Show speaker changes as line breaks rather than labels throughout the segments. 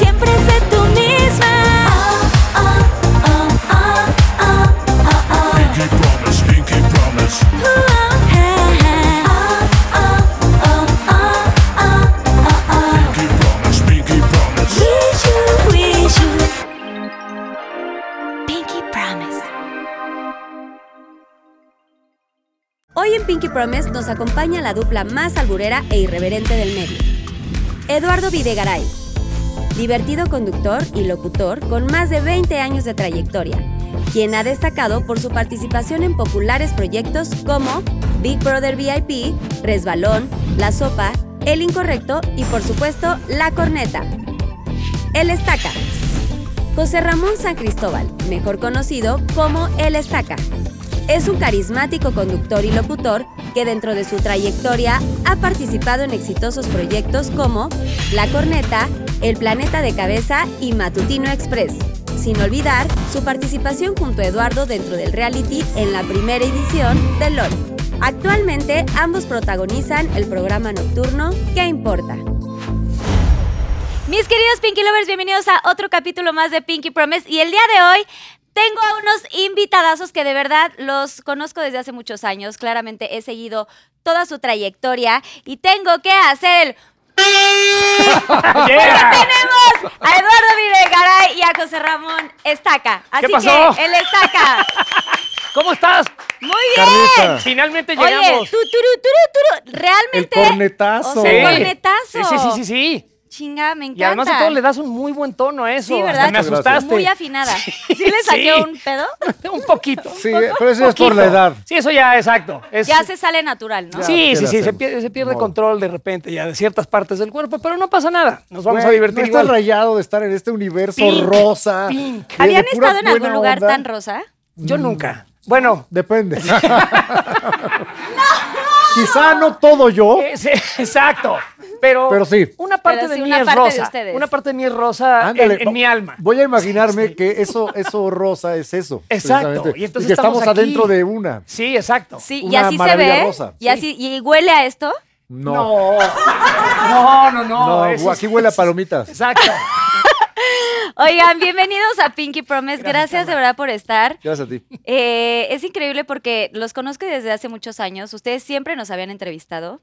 siempre sé tú misma. Oh, oh, oh, oh, oh, oh, oh.
Pinky promise, Pinky promise.
Uh, oh, ah, ah. Oh, oh, oh, oh, oh, oh.
Pinky promise, Pinky promise.
Wish you, wish you. Pinky Promise.
Hoy en Pinky Promise nos acompaña la dupla más alburera e irreverente del medio. Eduardo Videgaray, divertido conductor y locutor con más de 20 años de trayectoria, quien ha destacado por su participación en populares proyectos como Big Brother VIP, Resbalón, La Sopa, El Incorrecto y por supuesto La Corneta. El Estaca. José Ramón San Cristóbal, mejor conocido como El Estaca es un carismático conductor y locutor que dentro de su trayectoria ha participado en exitosos proyectos como La Corneta, El Planeta de Cabeza y Matutino Express. Sin olvidar su participación junto a Eduardo dentro del reality en la primera edición de LOL. Actualmente ambos protagonizan el programa nocturno ¿Qué importa?
Mis queridos Pinky Lovers, bienvenidos a otro capítulo más de Pinky Promise. Y el día de hoy tengo a unos invitadazos que de verdad los conozco desde hace muchos años. Claramente he seguido toda su trayectoria y tengo que hacer el... Pero tenemos a Eduardo Videgaray y a José Ramón Estaca. Así
¿Qué pasó?
que, el Estaca.
¿Cómo estás?
Muy bien.
Carnita.
Finalmente
Oye,
llegamos.
tu, turu, turu, turu.
El
Realmente...
cornetazo.
o sea, el
Sí.
cornetazo.
Sí, sí, sí, sí, sí.
Chinga, me encanta.
Y además de todo le das un muy buen tono a eso.
Sí,
Hasta
¿verdad?
me
Como
asustaste.
Muy afinada. ¿Sí, le saqué
Sí.
un pedo?
un poquito.
Sí, pero eso ya es por la edad.
Sí, eso ya, exacto. Es-
Ya se sale natural, ¿no?
Ya,
Sí,
¿qué
sí, sí,
le
se
hacemos?
pierde, se pierde
Modo.
control de repente ya de ciertas partes del cuerpo, pero no pasa nada. Nos vamos a
Güey,
divertir
no
igual.
estás rayado de estar en este universo
Pink,
rosa. eh,
pink.
de- de
¿Habían
pura
estado en
buena
algún lugar
onda.
tan rosa?
Yo nunca. Bueno,
Depende. Quizá no todo yo.
eh, sí, exacto. Pero,
Pero sí.
una parte
Pero
de
sí,
mí
una
es
parte de
rosa.
ustedes.
una parte de mí es rosa en-
Ándale,
en,
va-
mi alma.
Voy a imaginarme que eso, eso rosa es eso.
Exacto,
precisamente,
y entonces
que estamos,
estamos aquí.
adentro de una.
Sí, exacto.
Sí, y
Una
así se
maravilla
ve.
rosa.
Y así y huele a esto.
No.
No. No, no, no.
No,
eso es-
aquí huele a palomitas.
Exacto.
Oigan, bienvenidos a Pinky Promise. Gracias de verdad por estar.
Gracias a ti.
Eh, es increíble porque los conozco desde hace muchos años. Ustedes siempre nos habían entrevistado.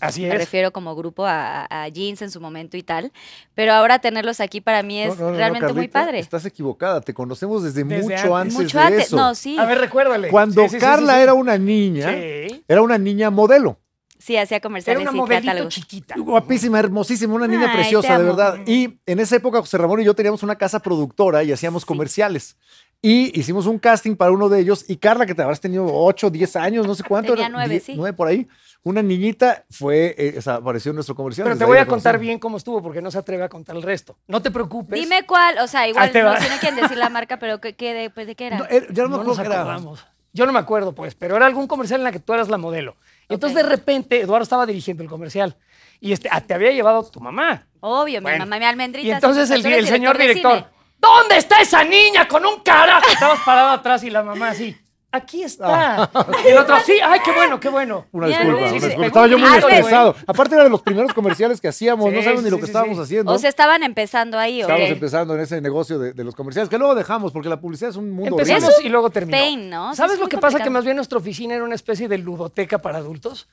Así
Me
es.
refiero como grupo a, a Jeans en su momento y tal. Pero ahora tenerlos aquí para mí es
No, no, no, no,
realmente muy
Carlita,
padre.
Estás equivocada. Te conocemos desde,
Desde
mucho antes,
antes.
Mucho
de
antes.
eso.
No, sí.
A ver, recuérdale.
Cuando
Sí, sí, sí,
Carla
sí, sí.
era una niña,
Sí.
era una niña modelo.
Sí, hacía
Era
comerciales
una
y
modelito
catálogos.
chiquita.
Guapísima, hermosísima, una niña
Ay, te
preciosa,
amo.
de verdad. Y en esa época José Ramón y yo teníamos una casa productora y hacíamos comerciales. Y hicimos un casting para uno de ellos. Y Carla, que te habrás tenido 8, 10 años, no sé cuánto.
Tenía nueve,
die-
sí.
nueve por ahí. Una niñita fue, eh, o sea, apareció en nuestro comercial.
Pero
desde
te
ahí
voy
la
a contar
conocimos.
bien cómo estuvo, porque no se atreve a contar el resto. No te preocupes.
Dime cuál, o sea, igual
Ahí te
no
va.
tiene que decir la marca, pero ¿qué, qué de, pues, de qué era?
No, eh, ya no, me
No
acuerdo
nos
qué era.
acordamos. Yo no me acuerdo, pues, pero era algún comercial en la que tú eras la modelo. Y entonces,
Ok.
de repente, Eduardo estaba dirigiendo el comercial. Y este, ah, te había llevado tu mamá.
Obvio, mi
Bueno.
mamá, mi almendrita.
Y entonces
sí,
el,
tú eres
el señor
de
director,
cine.
¿dónde está esa niña con un carajo? Estabas parado atrás y la mamá así, aquí
Ah.
está. Y el otro, sí, ay, qué bueno, qué bueno.
Una
Mira,
disculpa,
Luis,
una
sí, sí,
disculpa.
pegó
Estaba
un
yo muy
grito, güey.
estresado. Aparte era de los primeros comerciales que hacíamos, no
Sí,
sabemos ni lo
sí,
que
sí,
estábamos
sí.
haciendo.
O sea, estaban empezando ahí, ¿o
Estábamos
qué?
empezando en ese negocio de, de los comerciales, que luego dejamos porque la publicidad es un mundo
Empezamos
horrible.
y luego terminó.
pain, ¿no? O sea,
¿Sabes
es
lo
muy
que pasa?
complicado.
Que más bien nuestra oficina era una especie de ludoteca para adultos.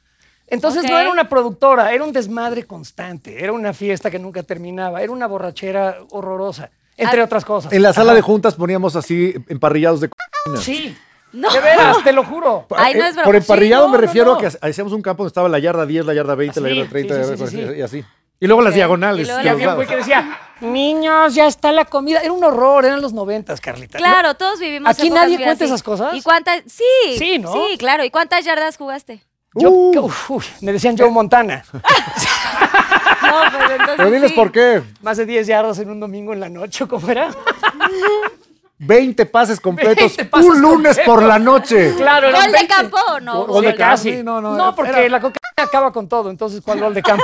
Entonces no
Ok.
era una productora, era un desmadre constante, era una fiesta que nunca terminaba, era una borrachera horrorosa, entre
Ah.
otras cosas.
En la sala de juntas poníamos así emparrillados de... c-
Sí,
No.
de veras, te lo juro.
Ay, no es
Eh,
broma.
Por emparrillado
Sí, no,
me
no,
refiero
no.
a que ha- hacíamos un campo donde estaba la yarda 10, la yarda 20, la
Así,
yarda 30,
sí,
la
sí,
yarda
sí,
40,
sí.
y así. Y luego las
Ok.
diagonales.
Y luego
de
Y
las
los
había un güey
lados.
que decía, niños, ya está la comida. Era un horror, eran los noventas, Carlita. ¿no?
Claro, todos vivimos
Aquí
épocas
nadie
muy
cuenta
así.
esas cosas.
¿Y cuántas? Sí.
Sí, ¿no?
Sí, claro. ¿Y cuántas yardas jugaste?
Yo-
Uh.
uf, uy, me decían Joe Montana.
No, pues entonces
Pero diles
sí.
por qué.
Más de 10 yardas en un domingo en la noche, ¿cómo era?
20 pases completos
20 pases
un lunes
completos.
por la noche.
Claro, eran
¿Gol de
20.
campo o no? pues,
Gol de
Sí,
campo.
casi.
Sí,
No,
no, no, era-
porque
era-
la cocaína acaba con todo, entonces ¿cuál gol de campo?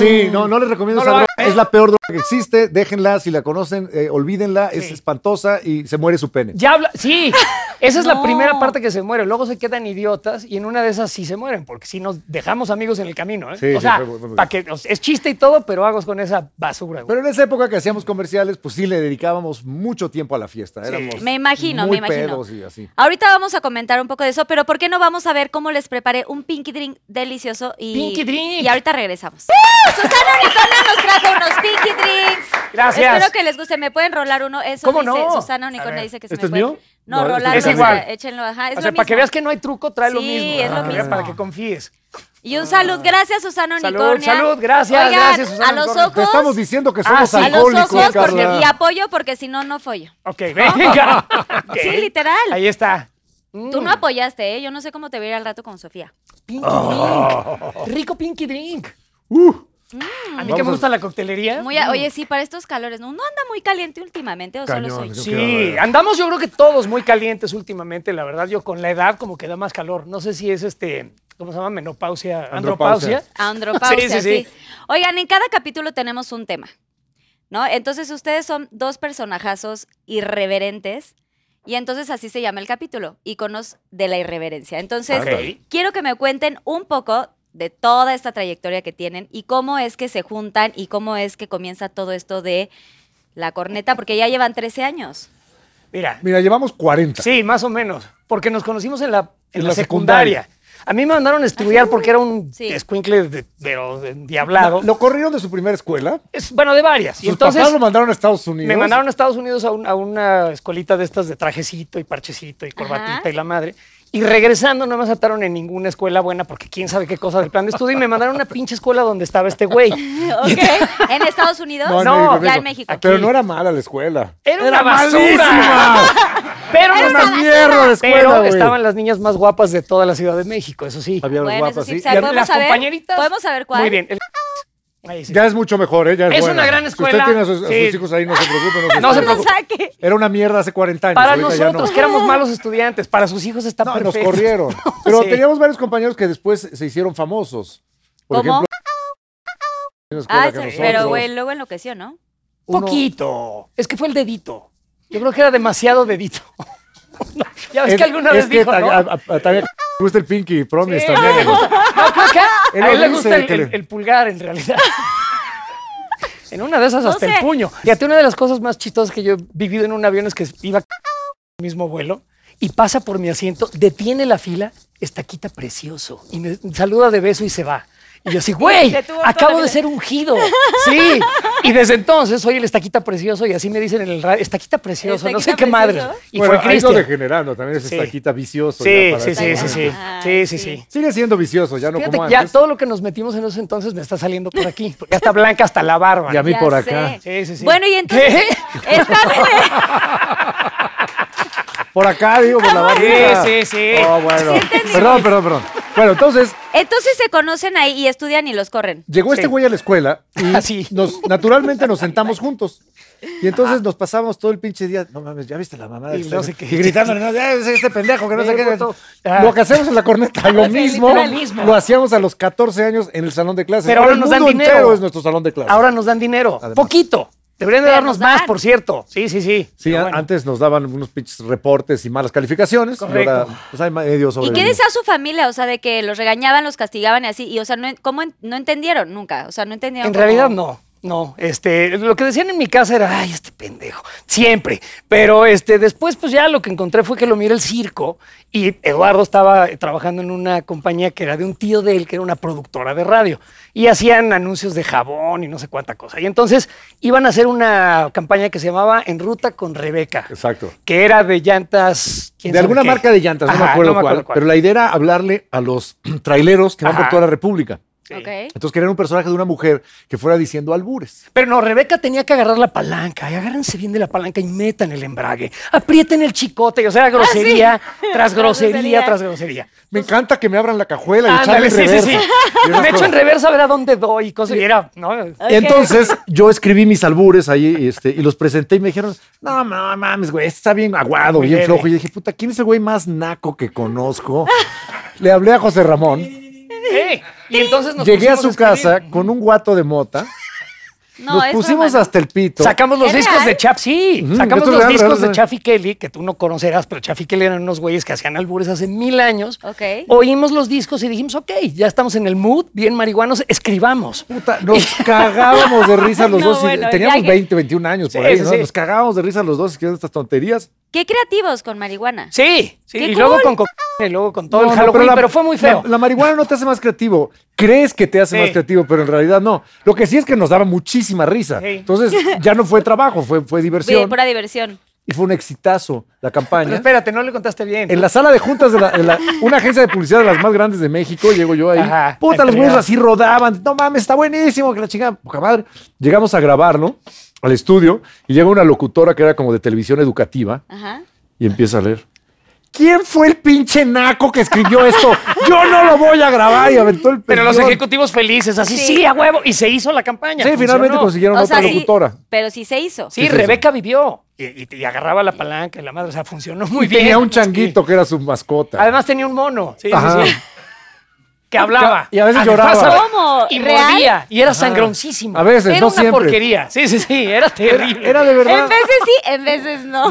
Sí, no, no les recomiendo
No
esa
lo
droga.
hagan, ¿eh?
Es la peor droga que existe. Déjenla, si la conocen, eh, olvídenla. Es
Sí.
espantosa y se muere su pene.
Ya habla, sí, esa es la
No.
primera parte que se muere, luego se quedan idiotas y en una de esas sí se mueren, porque sí nos dejamos amigos en el camino, ¿eh?
Sí,
o
sí,
sea,
fue muy- fue muy
pa' que, o sea, es chiste y todo, pero hago con esa basura, güey.
Pero en esa época que hacíamos comerciales, pues sí le dedicábamos mucho tiempo a la fiesta. Éramos
Me imagino,
muy
me imagino.
pedos y así.
Ahorita vamos a comentar un poco de eso, pero ¿por qué no vamos a ver cómo les preparé un pinky drink delicioso? Y,
Pinky drink.
Y ahorita regresamos. Susana Unicona nos trajo unos pinky drinks.
Gracias.
Espero que les guste. ¿Me pueden rolar uno? Eso
¿Cómo
dice
no?
Susana
A
Unicona
ver.
dice que se
¿Este
me
es
puede-
mío?
No,
No, este
rolarlo.
es igual.
o sea, Échenlo, ajá. Es
o
lo
sea, para que
mismo.
veas que no hay truco, trae lo
Sí,
mismo.
es lo
Ah, mira,
mismo.
Para que confíes.
Y un salud. Gracias, Susana
Salud,
Unicornia.
salud, gracias,
Oigan,
gracias, Susana
a los
Unicornia.
ojos.
Te estamos diciendo que
Ah,
somos
sí.
a los
alcohólicos,
ojos porque,
Carla.
y apoyo porque si no, no follo.
Ok, venga. Ok. mm.
Sí, literal.
Ahí está.
Tú no apoyaste, ¿eh? Yo no sé cómo te voy a ir al rato con Sofía.
Pinky drink. Rico pinky drink. A mí que
Oh. Vamos
me
a-
gusta la coctelería.
Muy a- oye, sí, para estos calores. ¿no? Uno anda muy caliente últimamente o solo soy
Cañón,
yo?
eso.
Sí, andamos yo creo que todos muy calientes últimamente, la verdad, yo con la edad como que da más calor, no sé si es este, ¿cómo se llama? Menopausia, andropausia.
Andropausia.
Andropausia,
Sí,
sí,
sí, sí.
Oigan, en cada capítulo tenemos un tema, ¿no? Entonces ustedes son dos personajazos irreverentes y entonces así se llama el capítulo, íconos de la irreverencia. Entonces,
Ok.
quiero que me cuenten un poco de toda esta trayectoria que tienen y cómo es que se juntan y cómo es que comienza todo esto de la corneta, porque ya llevan 13 años.
Mira,
Mira, llevamos 40.
sí, más o menos, porque nos conocimos en la, en
En
la
la
secundaria. A mí me mandaron a estudiar porque era un
Sí.
escuincle de, pero de- endiablado.
Lo corrieron de su primera escuela.
Es- bueno, de varias.
Sus
y entonces
papás lo mandaron a Estados Unidos.
me mandaron a Estados Unidos a, un- a una escuelita de estas de trajecito y parchecito y corbatita
Ajá.
y la madre. Y regresando no me aceptaron en ninguna escuela buena porque quién sabe qué cosa del plan de estudio y me mandaron a una pinche escuela donde estaba este güey.
¿Ok? ¿En Estados Unidos?
No, en
No,
México,
ya
México.
en México.
Pero no era mala la escuela.
Era una basura.
malísima.
Pero,
era
no
una
estaba-
mierda de escuela,
pero
güey.
estaban las niñas más guapas de toda la Ciudad de México, eso sí.
Había
Bueno,
guapas,
eso sí,
sí.
o sea,
Y
¿podemos
las
saber?
compañeritas.
¿Podemos saber cuál?
Muy bien. el- Ahí sí.
Ya es mucho mejor, ¿eh? Ya es,
Es
buena.
una gran
Si
escuela.
usted tiene a sus, a sus
Sí.
hijos ahí, no se preocupe. No se,
No se
estrese.
preocupe.
saque.
Era una mierda hace 40 años.
Para
ahorita ya
nosotros,
no.
que éramos malos estudiantes, para sus hijos está
No, nos
perfecto.
corrieron. Pero
Sí.
teníamos varios compañeros que después se hicieron famosos. Por
¿Cómo?
ejemplo, en la escuela
Ah,
que
sí,
nosotros.
pero güey, luego enloqueció, ¿no?
Un poquito. Es que fue el dedito. Yo creo que era demasiado dedito. ya ves que alguna vez
es
dijo,
ta-
¿no?
a- a- a- también le gusta el Pinky Promise
Sí.
también. le gusta.
No, creo que
Él
a él le
dice
gusta el,
que le-
el- el pulgar, en realidad. En una de esas
No
hasta el
sé.
puño. Fíjate, una de las cosas más chistosas que yo he vivido en un avión es que iba en el mismo vuelo y pasa por mi asiento, detiene la fila, estaquita precioso, y me saluda de beso y se va. Y yo así, güey,
Te tuvo toda
acabo
la
de
vida".
ser ungido. Sí. Y desde entonces soy el estaquita precioso y así me dicen en el radio, estaquita precioso, no sé
Estaquita
qué madre.
precioso.
Y
bueno,
fue
ha ido
Cristian.
degenerando también ese
Sí.
estaquita vicioso.
Sí,
pues, ya para
sí, sí,
esta
sí,
gente.
sí.
Ah,
Sí, sí,
sí.
sí.
Sigue siendo vicioso, ya no
Fíjate
como
que ya
antes.
todo lo que nos metimos en esos entonces me está saliendo por aquí. porque Ya está blanca hasta la barba.
Y a mí
Ya
por acá.
sé.
Sí, sí, sí.
Bueno, y entonces. Está-
Por acá, digo, por la barriga.
Sí, sí, sí.
Oh, bueno. Perdón, perdón, perdón. Bueno, entonces,
Entonces se conocen ahí y estudian y los corren.
llegó
Sí. Ah,
este güey a la escuela y
Así.
nos, naturalmente nos sentamos juntos. Y entonces nos pasábamos todo el pinche día. No mames, ya viste la mamada.
Y
que
no
está-
sé qué.
Y gritándole, no, ya es este pendejo que no
Sí,
sé qué.
puto. Ah.
Lo que hacemos en la corneta, lo mismo,
literal. Lo mismo.
lo hacíamos a los 14 años en el salón de clases.
Pero ahora
el
nos dan
mundo
dinero.
entero es nuestro salón de clases.
Ahora nos dan dinero.
Además.
Poquito. Deberían de
Pero nos
darnos
dan.
más, por cierto. Sí, sí, sí.
Sí,
Pero
a-
bueno.
antes nos daban unos pinches reportes y malas calificaciones. y
Correcto.
ahora, pues hay medio sobre.
¿Y qué decía su familia? O sea, de que los regañaban, los castigaban y así. Y, o sea, no, en- ¿cómo en- no entendieron nunca? O sea, no entendieron.
En
cómo-
realidad no. No, este, lo que decían en mi casa era, ay, este pendejo, siempre. Pero este, después, pues ya lo que encontré fue que lo miré el circo y Eduardo estaba trabajando en una compañía que era de un tío de él, que era una productora de radio, y hacían anuncios de jabón y no sé cuánta cosa. Y entonces iban a hacer una campaña que se llamaba En Ruta con Rebeca,
Exacto.
que era de llantas. ¿quién
De
sabe
alguna
qué?
marca de llantas, no
Ajá,
me acuerdo cuál. Pero la idea era hablarle a los traileros que van
Ajá.
por toda la República.
Sí.
Ok.
Entonces querían un personaje de una mujer que fuera diciendo albures.
Pero no, Rebeca tenía que agarrar la palanca. Y agárrense bien de la palanca y metan el embrague. Aprieten el chicote. O sea, grosería, tras grosería,
Ah, grosería.
tras grosería.
Me encanta que me abran la cajuela y
Ándale,
echarle en
sí, sí,
reversa.
sí.
Y unas
Me echo en
cosas.
reversa a ver a dónde doy. y Cosas. Y era, ¿no?
Entonces yo escribí mis albures ahí este, y los presenté y me dijeron, no ma- mames, güey, este está bien aguado, bien
Leve.
flojo. Y dije, puta, ¿quién es el güey más naco que conozco? Le hablé a José Ramón,
Ey, Y entonces nos
llegué a su
pusimos escribir.
casa con un guato de mota,
No,
nos
es
pusimos
broma, ¿no?
hasta el pito.
Sacamos los
¿Es
discos
real?
de Chaf, sí.
Ujú,
sacamos
esto es
los
real,
discos
real,
de
real.
Chaff y Kelly, que tú no conocerás, pero Chaff y Kelly eran unos güeyes que hacían albures hace mil años.
Ok.
Oímos los discos y dijimos, ok, ya estamos en el mood, bien marihuanos, escribamos.
Puta, nos cagábamos de risa los
No,
dos. y
bueno,
teníamos
ya que-
20, 21 años por
Sí,
ahí,
sí,
¿no?
sí.
Nos cagábamos de risa los dos escribiendo estas tonterías.
Qué creativos con marihuana.
Sí, sí.
¡Qué
Y luego
cool!
con cocaína y luego con todo
No,
el
no,
Halloween, pero,
la-
fue muy feo.
La, la marihuana no te hace más creativo. Crees que te hace
Sí.
más creativo, pero en realidad no. Lo que sí es que nos daba muchísima risa.
Sí.
Entonces, ya no fue trabajo, fue, fue diversión.
Bien, pura diversión.
Y fue un exitazo la
Pero
campaña.
espérate, no le contaste bien.
En la sala de juntas de la- de la- una agencia de publicidad de las más grandes de México, llego yo ahí.
Ajá,
puta, los
entregar.
güeyes así rodaban. No mames, está buenísimo, que la chingada, poca madre. Llegamos a grabarlo al estudio y llega una locutora que era como de televisión educativa
Ajá.
y empieza a leer. ¿Quién fue el pinche naco que escribió esto? Yo no lo voy a grabar y aventó el
pero los
guión.
ejecutivos felices, así, sí.
Sí.
a huevo. Y se hizo la campaña.
Sí, finalmente
funcionó.
consiguieron
O
otra
sea, sí,
locutora.
pero sí se hizo.
Sí,
Sí, sí,
Rebeca vivió. Y, y- y agarraba la palanca y la madre, o sea, funcionó muy bien.
Tenía un
Sí.
changuito que era su mascota.
Además tenía un mono. Sí, sí,
Ajá.
sí. Que hablaba.
Y a veces
Además,
lloraba.
hablaba
¿Cómo?
Y
¿Real?
mordía. Y era sangroncísimo.
A veces,
era
no
una
siempre.
porquería. Sí, sí, sí. Era terrible.
era de
En
verdad
veces sí, en veces no.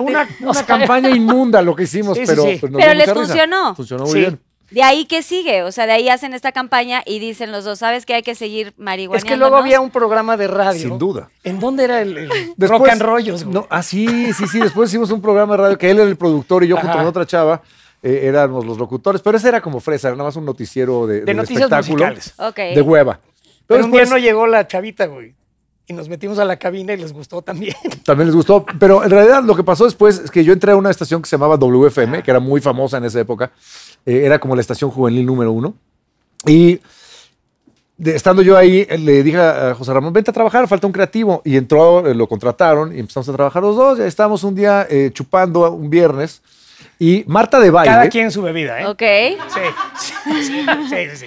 una,
O
una
sea,
campaña inmunda lo que hicimos,
Sí, sí,
pero,
sí.
pero nos
Pero
dio
les
mucha risa.
funcionó.
Funcionó muy
Sí.
bien.
De ahí que sigue, o sea, de ahí hacen esta campaña y dicen los dos, ¿sabes que hay que seguir marihuana?
Es que luego había un programa de radio.
Sin duda.
¿En dónde era el, el
Después-
rock and rollos, güey?
No, ah, sí, sí, sí. Después hicimos un programa de radio que él era el productor y yo junto
Ajá.
con otra chava eh, éramos los locutores. Pero ese era como fresa, era nada más un noticiero de, del
noticias
espectáculo.
musicales.
Ok.
De hueva.
Pero
Pero
un día
después
no llegó la chavita, güey. Y nos metimos a la cabina y les gustó también.
también les gustó. Pero en realidad lo que pasó después es que yo entré a una estación que se llamaba WFM, que era muy famosa en esa época. Eh, era como la estación juvenil número uno. Y de- estando yo ahí, eh, le dije a a José Ramón, vente a trabajar, falta un creativo. Y entró, eh, lo contrataron y empezamos a trabajar los dos. Ya estábamos un día eh, chupando un viernes. Y Marta de Baile.
Cada quien su bebida, ¿eh?
Ok.
Sí. Sí, sí, sí, sí.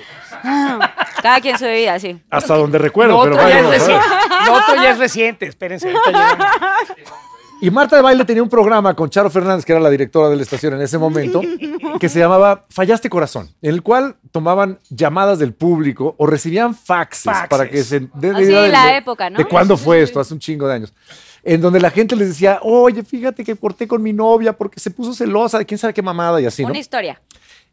Cada quien su bebida, sí.
Hasta donde recuerdo,
lo,
pero
otro ya
vaya,
es
¿verdad?
reciente, lo otro ya es reciente, espérense. ahorita llegamos.
Y Marta de Baile tenía un programa con Charo Fernández, que era la directora de la estación en ese momento, que se llamaba Fallaste Corazón, en el cual tomaban llamadas del público o recibían faxes,
Faxes.
para que se den
Ah, sí, la época, ¿no?
De cuándo fue esto, hace un chingo de años. En donde la gente les decía, oye, fíjate que corté con mi novia porque se puso celosa de quién sabe qué mamada y así, ¿no?
Una historia.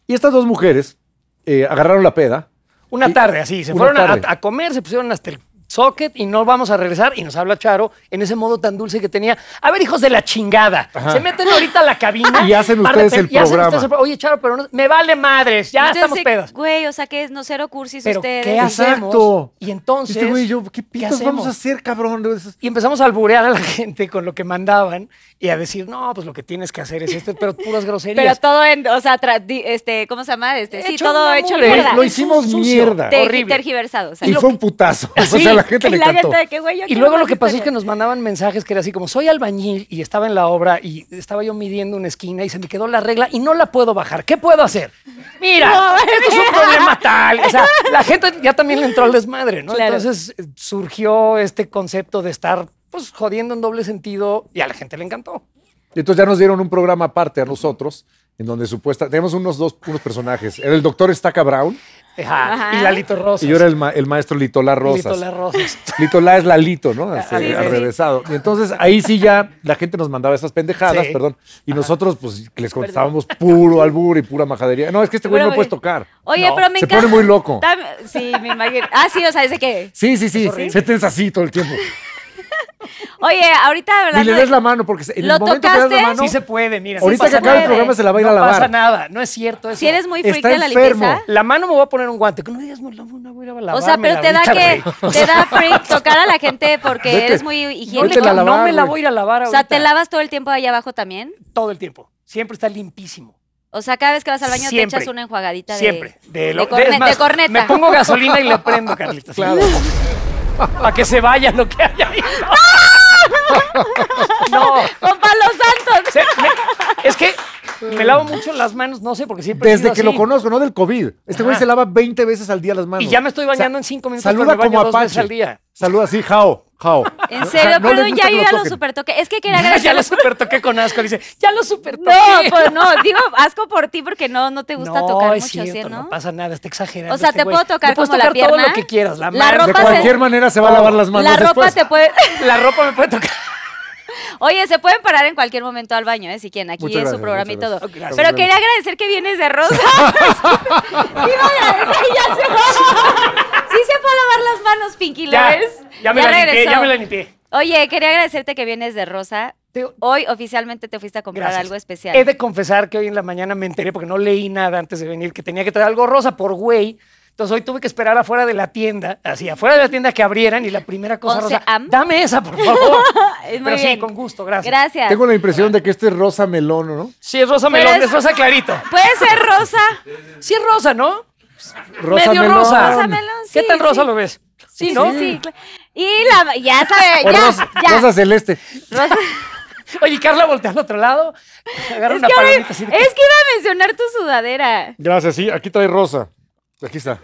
Y estas dos mujeres eh, agarraron la peda.
Una
Y-
tarde así, se
una
fueron a,
tarde.
a comer, se pusieron hasta el socket y no vamos a regresar. Y nos habla Charo en ese modo tan dulce que tenía. A ver, hijos de la chingada,
Ajá.
se meten ahorita a la cabina.
Y hacen
par de
ustedes
pe-
el
y hacen
programa.
ustedes el pro- Oye, Charo, pero no- me vale madres, ya
Entonces,
estamos pedos.
Güey, o sea, que es no cero cursis
Pero
ustedes.
¿qué hacemos?
Exacto.
Y entonces,
Este güey y yo, ¿qué pitos vamos
hacemos?
a hacer, cabrón?
Y empezamos a alburear a la gente con lo que mandaban y a decir, no, pues lo que tienes que hacer es esto, pero puras groserías.
Pero todo en, o sea, tra- di- este, ¿cómo se llama? Este, sí,
Hecho
todo
una
hecho
mugre.
mierda.
Lo hicimos
Sucio.
mierda.
Te-
horrible.
Tergiversado, o sea.
Y fue un putazo. O
Sí.
sea, la gente
Y
le
la
cantó.
neta de que, güey, yo
Y
quiero
luego lo
más
que pasó es
historias.
que nos mandaban mensajes que era así como, soy albañil y estaba en la obra y estaba yo midiendo una esquina y se me quedó la regla y no la puedo bajar. ¿Qué puedo hacer? Mira, esto es un problema tal. O sea, la gente ya también le entró al desmadre, ¿no?
Claro.
Entonces eh, surgió este concepto de estar pues jodiendo en doble sentido y a la gente le encantó.
Y entonces ya nos dieron un programa aparte a nosotros, en donde supuesta. Tenemos unos dos unos personajes. Era el doctor Estaca Brown
Ajá.
Ajá.
Y Lalito Rosas.
y yo era el, ma- el maestro Litolá Rosas.
Lito Las Rosas. Ah,
Litolá es Lalito, ¿no? Así,
Sí, sí, sí.
arrevesado. Y entonces ahí sí ya la gente nos mandaba esas pendejadas,
Sí.
perdón. Y nosotros, pues, que les contestábamos puro albur y pura majadería. No, es que este güey no
Pura
lo puedes
magia.
tocar.
Oye,
No,
pero me
se
encanta.
pone muy loco.
Tam- Sí, me imagino. Ah, sí, o sea, desde que.
Sí, sí, sí. Se tensa así todo el tiempo.
Oye, ahorita
Ni
hablando
le
de-
des la mano, porque se- en
¿Lo
el momento que le das la
tocaste?
mano.
Sí se puede, mira.
Ahorita
no
que
pasa
acabe el
nada.
programa se la va a ir a
No
lavar.
pasa nada, no es cierto eso.
Si eres muy freak
Está
de la
enfermo.
limpieza.
La mano me voy a poner un guante. Que no digas, la mano voy a ir a
O sea,
lavarme
pero
la
te da
bicha,
que
güey.
te da freak tocar a la gente porque
Vete.
eres muy
No,
higiénico.
Vete a la
no
lavar,
me la
güey.
voy a ir a lavar
o
ahorita.
sea, te lavas todo el tiempo ahí abajo también.
todo el tiempo. Siempre está limpísimo.
O sea, cada vez que vas al baño
Siempre.
te echas una enjuagadita de-
Siempre. De, lo-
corne-
de- es más,
de corneta.
Me pongo gasolina y le prendo, Carlitos. Claro. Para que se vaya lo que hay ahí. No.
Con Palo Santos.
se- me- es que me lavo mucho las manos, no sé, porque siempre. he
Desde
sido
que
así.
lo conozco, no del COVID. Este güey
Ajá.
se lava 20 veces al día las manos.
Y ya me estoy
O sea,
bañando en cinco minutos.
Saluda
pero me
como
baño dos
Apache.
veces al día.
Saluda así, jao, jao.
En serio,
no le
perdón,
gusta
ya
que
yo
lo
ya lo
toquen.
supertoqué. Es que quería agradecer.
ya lo super toqué con asco. Dice, ya lo super toqué.
No, pues no, digo asco por ti porque no, no te gusta tocar mucho,
es cierto,
¿sí, no?
no pasa nada, está exagerando.
O sea,
este
te
güey.
puedo tocar
Me puedes
como la
tocar todo
pierna,
lo que quieras, la,
la
mano,
De
ropa se-
cualquier manera se va a lavar las manos
la ropa
después.
te puede.
la ropa me puede tocar.
Oye, se pueden parar en cualquier momento al baño, ¿eh? Si quieren, aquí
Muchas
en su
gracias,
programa y
muchas
todo.
Ok,
gracias.
gracias.
Pero quería agradecer que vienes de rosa. Iba a agradecer y ya se Sí se puede lavar las manos, Pinky
Ya,
Lovers.
ya me la limpié,
regresó.
ya me la limpié.
Oye, quería agradecerte que vienes de rosa.
Te-
Hoy oficialmente te fuiste a comprar
Gracias.
algo especial.
He de confesar que hoy en la mañana me enteré porque no leí nada antes de venir, que tenía que traer algo rosa por güey. Entonces hoy tuve que esperar afuera de la tienda, así afuera de la tienda que abrieran y la primera cosa
Once
rosa.
am.
Dame esa, por favor.
Muy
Pero sí,
bien.
con gusto, gracias.
Gracias.
Tengo la impresión de que este es rosa melón, ¿no?
Sí, es rosa
Pero
melón,
es-
es... rosa clarito.
Puede ser rosa.
Sí, es rosa, ¿no?
Rosa
Medio
melón.
rosa.
Rosa melón,
¿Qué
sí,
tan rosa
sí.
lo ves?
Sí, ¿no? Sí, cla- Y la. Ya sabes,
O
ya.
rosa,
ya.
rosa celeste.
Rosa-
Oye, y Carla voltea al otro lado, agarra
Es
una
que, ahora-
palomita así de-
es que iba a mencionar tu sudadera.
Gracias, sí, aquí trae rosa. Aquí está.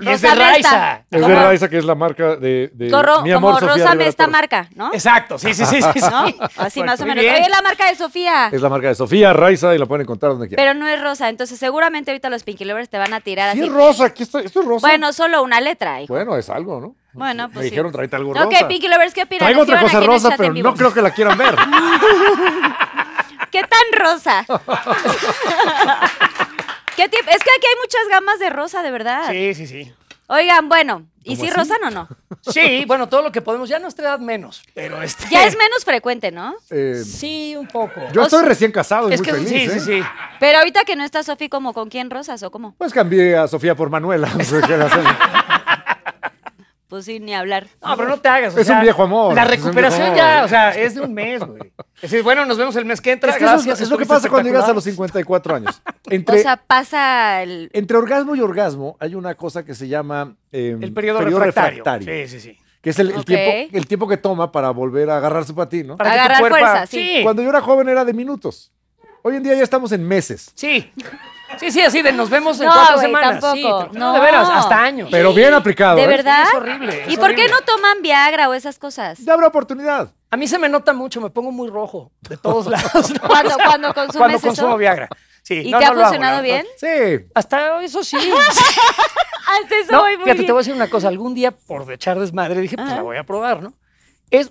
Y es de
Rosa Vesta.
Raiza.
Es de
Como-
Raiza, que es la marca de, de
Corro-
mi
como
amor, Sofía
Rosa
Rivera
me esta
Torres.
marca, ¿no?
Exacto, sí, sí, sí, sí. sí.
¿No? Así más o
Muy
menos.
bien.
Oye, la marca de Sofía.
Es la marca de Sofía Raiza y la pueden encontrar donde quieran.
Pero no es rosa, entonces seguramente ahorita los Pinky Lovers te van a tirar
Sí,
así.
es rosa, aquí está, esto es rosa.
Bueno, solo una letra, hijo.
Bueno, es algo, ¿no?
Bueno,
Me
pues sí.
dijeron, tráete algo
Ok,
rosa.
Pinky Lovers, ¿qué opinan?
Traigo otra
Escriban
cosa
aquí en el
rosa,
chat
pero
en vivo.
no creo que la quieran ver.
¿Qué tan rosa? ¿Qué tip- Es que aquí hay muchas gamas de rosa, de verdad.
Sí, sí, sí.
Oigan, bueno, ¿y si rosan o no?
Sí, bueno, todo lo que podemos, ya a nuestra edad menos, pero este...
Ya es menos frecuente, ¿no?
Eh,
Sí, un poco.
yo
O
estoy
sea,
recién casado y
es
muy
que
feliz.
sí,
¿eh?
sí, sí.
Pero ahorita que no está Sofi, ¿como con quién rosas o cómo?
Pues cambié a Sofía por Manuela. o sea, ¿qué le hacemos?
Pues sí, ni hablar.
Ah,
No, pero no te hagas. o
Es un
sea,
viejo amor,
La
es un viejo
recuperación
amor.
ya, o sea, es de un mes, güey. Es decir, bueno, nos vemos el mes que entra.
es que eso es-
gracias,
es lo que
estuviste
pasa cuando llegas a los
espectacular.
54 años.
O
Entre,
sea, pasa el...
entre orgasmo y orgasmo hay una cosa que se llama eh,
El periodo, refractario. Sí, sí, sí.
Que es el, el
Ok.
tiempo, el tiempo que toma para volver a agarrar su patín, ¿no?
que tu
Agarrar
cuerpo-
fuerza, sí.
Cuando yo era joven era de minutos. Hoy en día ya estamos en meses.
Sí. Sí, sí, así de nos vemos en
No,
cuatro
güey,
semanas. Sí,
tampoco.
te-
No.
de veras, hasta años.
Pero bien aplicado.
¿De
¿eh?
verdad?
es horrible, es
¿Y por qué
horrible.
no toman Viagra o esas cosas?
Ya habrá oportunidad.
A mí se me nota mucho, me pongo muy rojo de todos lados. ¿no?
Cuando, cuando consumes
Cuando
eso.
consumo Viagra. Sí,
¿Y
no,
te ha
no lo hago,
funcionado
la verdad.
bien?
Sí.
Hasta eso sí.
Hasta eso
No,
voy muy
fíjate,
bien.
te Ah, voy a decir una cosa. Algún día, por echar desmadre, dije, pues la voy a probar, ¿no? Es,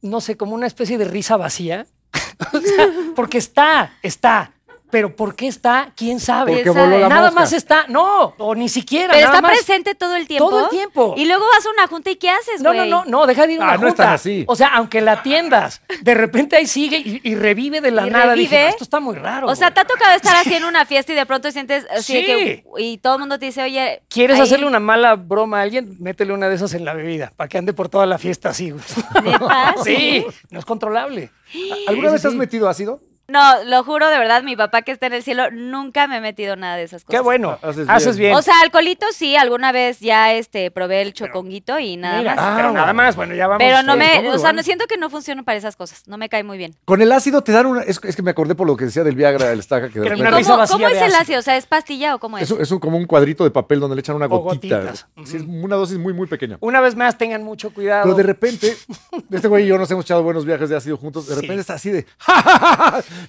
no sé, como una especie de risa vacía. O sea, porque está, está. Pero ¿por qué está? ¿Quién sabe?
Porque
Esa-
voló la
nada
mosca.
más está. No, o ni siquiera.
Pero
nada
está
más.
presente todo el tiempo.
Todo el tiempo.
Y luego vas a una junta y ¿qué haces,
No,
güey?
no, no, no, deja de ir a una
Ah, no es tan
junta.
así.
O sea, aunque la atiendas, de repente ahí sigue y, y revive de la
Y
nada. Dije,
revive.
"No, esto está muy raro.
O sea,
güey".
te ha tocado estar así en una fiesta y de pronto sientes así de
Sí.
que. Y todo el mundo te dice, oye.
¿Quieres
ahí-
hacerle una mala broma a alguien? Métele una de esas en la bebida, para que ande por toda la fiesta así. güey.
¿Neta?
Sí, no es controlable.
¿Alguna vez has metido ácido?
No, lo juro, de verdad, mi papá que está en el cielo, nunca me he metido en nada de esas cosas.
Qué bueno,
Haces
haces
bien.
bien.
O sea, alcoholito sí, alguna vez ya este probé el choconguito y nada
Mira,
más.
pero
Ah.
nada más, bueno, ya vamos.
Pero no
Sí,
me,
¿cómo
o sea,
van?
no siento que no funciono para esas cosas. No me cae muy bien.
Con el ácido te dan una. Es, es que me acordé por lo que decía del Viagra, el estaca. Que de
Pero
repente-
una
¿Cómo,
risa vacía
cómo
de
es el
ácido.
ácido? O sea, ¿es pastilla o cómo es?
es, un- es un- como un cuadrito de papel donde le echan una
O
gotita.
gotitas.
Sí, es una dosis muy, muy pequeña.
Una vez más, tengan mucho cuidado.
Pero de repente, este güey y yo nos hemos echado buenos viajes de ácido juntos. De repente está así de.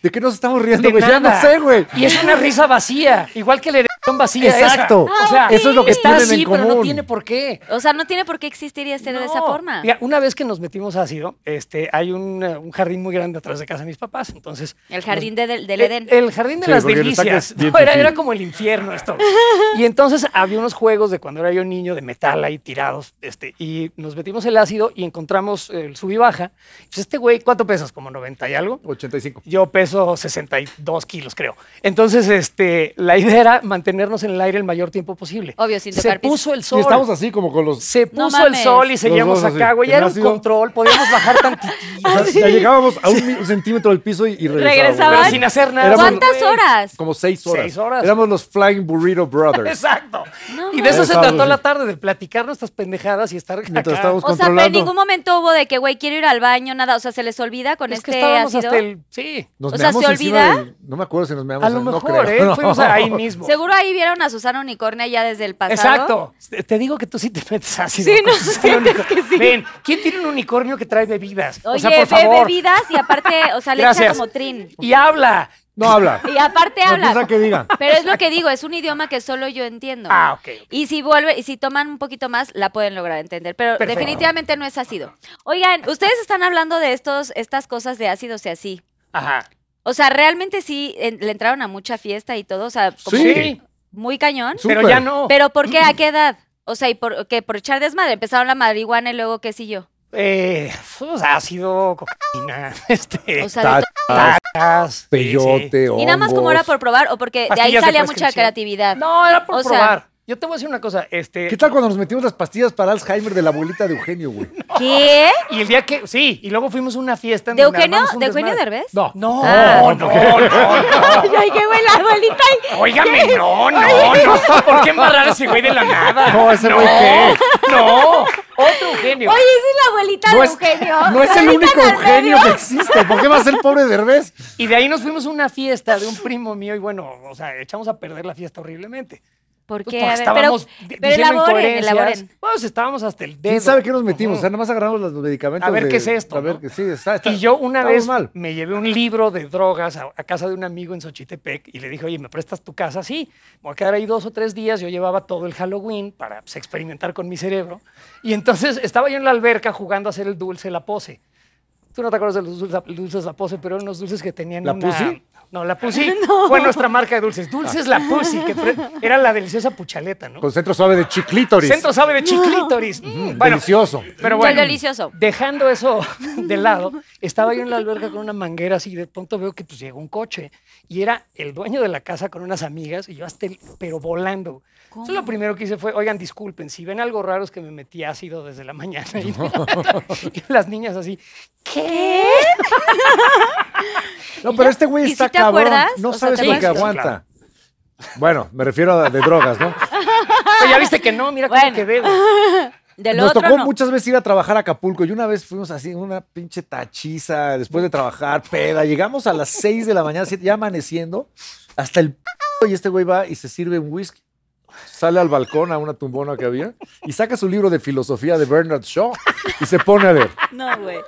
¿De qué nos estamos riendo,
De
güey? Ya no
nada.
sé, güey.
Y es una risa vacía, igual que la erección vacía. esa.
Exacto.
O sea,
Eso es lo que
está
tienen
así,
en
pero no
común.
tiene por qué.
O sea, no tiene por qué existir y hacer de esa
No.
forma.
Mira, una vez que nos metimos ácido, este, hay un, eh, un jardín muy grande atrás de casa de mis papás. Entonces,
El jardín de- del- del
el-
Edén.
Eh, El, jardín de
Sí,
las
porque el estaca es
delicias.
bien
No, era,
fifí.
era como el infierno esto. Y entonces había unos juegos de cuando era yo niño de metal ahí tirados. Este, y nos metimos el ácido y encontramos el sub y baja. Pues este güey, ¿cuánto pesas? Como 90 y algo.
85.
Yo peso 62 kilos, creo. Entonces, este, la idea era mantenernos en el aire el mayor tiempo posible.
Obvio, sin
Se
tocar piso.
puso el
Y
sol.
estamos así como con los...
Se
No
puso el
mames.
sol y
Los
seguíamos
dos así.
acá, güey. Ya Era un
Gimnasio.
control, podíamos bajar tantito.
o
Ah,
sea, ya llegábamos a un, mi- un centímetro del piso y, y regresábamos.
Regresaban.
Pero sin hacer nada.
Éramos-
¿Cuántas
güey.
horas?
Como seis horas.
Seis horas.
Éramos los Flying Burrito Brothers.
Exacto. y de eso se
Estábamos
trató
así.
la tarde, de platicar nuestras pendejadas y estar acá.
Mientras estábamos
O sea, pero en
controlando.
ningún momento hubo de que, güey, quiero ir al baño, nada. O sea, se les olvida con
es que
este
estábamos
ácido.
hasta el... Sí.
Nos
O sea,
meamos
¿se
encima
olvida?
del- no me acuerdo si nos meamos.
A lo
en- no
mejor,
creo.
¿eh?
No.
Fuimos ahí mismo.
Seguro ahí vieron a Susana Unicornia ya desde el pasado.
Exacto. Te- Te digo que tú sí te metes así.
Sí, no, sientes que sí.
Ven, ¿quién tiene un unicornio que trae bebidas?
Oye,
o sea, por
ve
favor.
bebidas y aparte, o sea, le echa
Gracias.
como trin.
Y habla.
No habla.
Y aparte
No piensa
habla.
que diga.
Pero es lo que digo, es un idioma que solo yo entiendo.
Ah, ok.
Y si vuelve, y si toman un poquito más, la pueden lograr entender. Pero
Perfecto.
definitivamente no es ácido. Oigan, ustedes están hablando de estos, estas cosas de ácidos y así.
Ajá.
O sea, realmente sí en- le entraron a mucha fiesta y todo, o sea, como
Sí.
Sí,
muy cañón.
pero
Súper.
ya no.
Pero ¿por qué? ¿A qué edad? O sea, ¿y por qué? ¿Por echar desmadre? Empezaron la marihuana y luego qué siguió.
Eh, pues, ácido, cocaíina, este,
O sea, de
Tachas,
tacas, sí, sí.
peyote,
to- y nada más como era
hongos.
por probar o porque de ahí
Pastillas de
salía mucha
prescripción.
creatividad.
No, era por
O sea-
probar. Yo te voy a decir una cosa, este,
¿Qué tal cuando nos metimos las pastillas para Alzheimer de la abuelita de Eugenio, güey?
¿Qué?
y el día que, sí, y luego fuimos a una fiesta. en
¿De
donde
Eugenio?
armamos un
¿De Eugenio
desmadre.
Derbez?
No.
No,
Ah.
no, no, no.
Yo dije, güey, la abuelita
Óigame, no, no, no. ¿Por qué embarrar a ese güey de la nada?
No, ese güey qué.
No, otro Eugenio.
Oye, es la abuelita de Eugenio.
no es el
Ahorita
único
nos
Eugenio
vemos.
que existe. ¿Por qué va a ser pobre Derbez?
Y de ahí nos fuimos a una fiesta de un primo mío y bueno, o sea, echamos a perder la fiesta horriblemente.
¿Por
Pues
qué?
porque
A ver, pero,
estábamos di-
pero
diciendo
elaboren,
incoherencias.
elaboren.
Pues estábamos hasta el dedo.
¿Quién sabe qué nos metimos? O sea,
Ujú.
nada más agarramos los medicamentos.
A ver
de-
qué es esto,
A ver
¿no?
qué sí, está, está-
Y yo una
estamos
vez
mal.
me llevé un libro de drogas a, a casa de un amigo en Xochitepec y le dije, oye, ¿me prestas tu casa? Sí, me voy a quedar ahí dos o tres días. Yo llevaba todo el Halloween para pues, experimentar con mi cerebro. Y entonces estaba yo en la alberca jugando a hacer el dulce la pose. Tú no te acuerdas de los dulces, dulces la pose, pero eran unos dulces que tenían
¿La
una-
Pussy? Ah.
No, la pusi fue nuestra marca de dulces. Dulces la pusi, que pre- era la deliciosa puchaleta, ¿no?
Con centro suave de chiclítoris.
Centro sabe de chiclítoris. Mm, bueno,
Delicioso.
pero
Soy
bueno,
delicioso.
dejando eso de lado, estaba yo en la alberca con una manguera así, y de pronto veo que pues llegó un coche y era el dueño de la casa con unas amigas y yo hasta el- pero volando. Entonces lo primero que hice fue, oigan, disculpen, si ven algo raro es que me metí ácido desde la mañana. Y, y las niñas así, ¿qué?
No, pero este güey
¿Y
está
si te
cabrón.
acuerdas?
No
O sea,
sabes
¿te
lo que
acuerdas?
aguanta. Bueno, me refiero a de drogas, ¿no?
Pero ya viste que no, mira cómo
Bueno.
quedé. güey.
Del
Nos
otro
tocó
no.
muchas veces ir a trabajar a Acapulco y una vez fuimos así, una pinche tachiza, después de trabajar, peda. Llegamos a las 6 de la mañana, siete, ya amaneciendo, hasta el p y este güey va y se sirve un whisky. Sale al balcón a una tumbona que había y saca su libro de filosofía de Bernard Shaw y se pone a leer.
No, güey.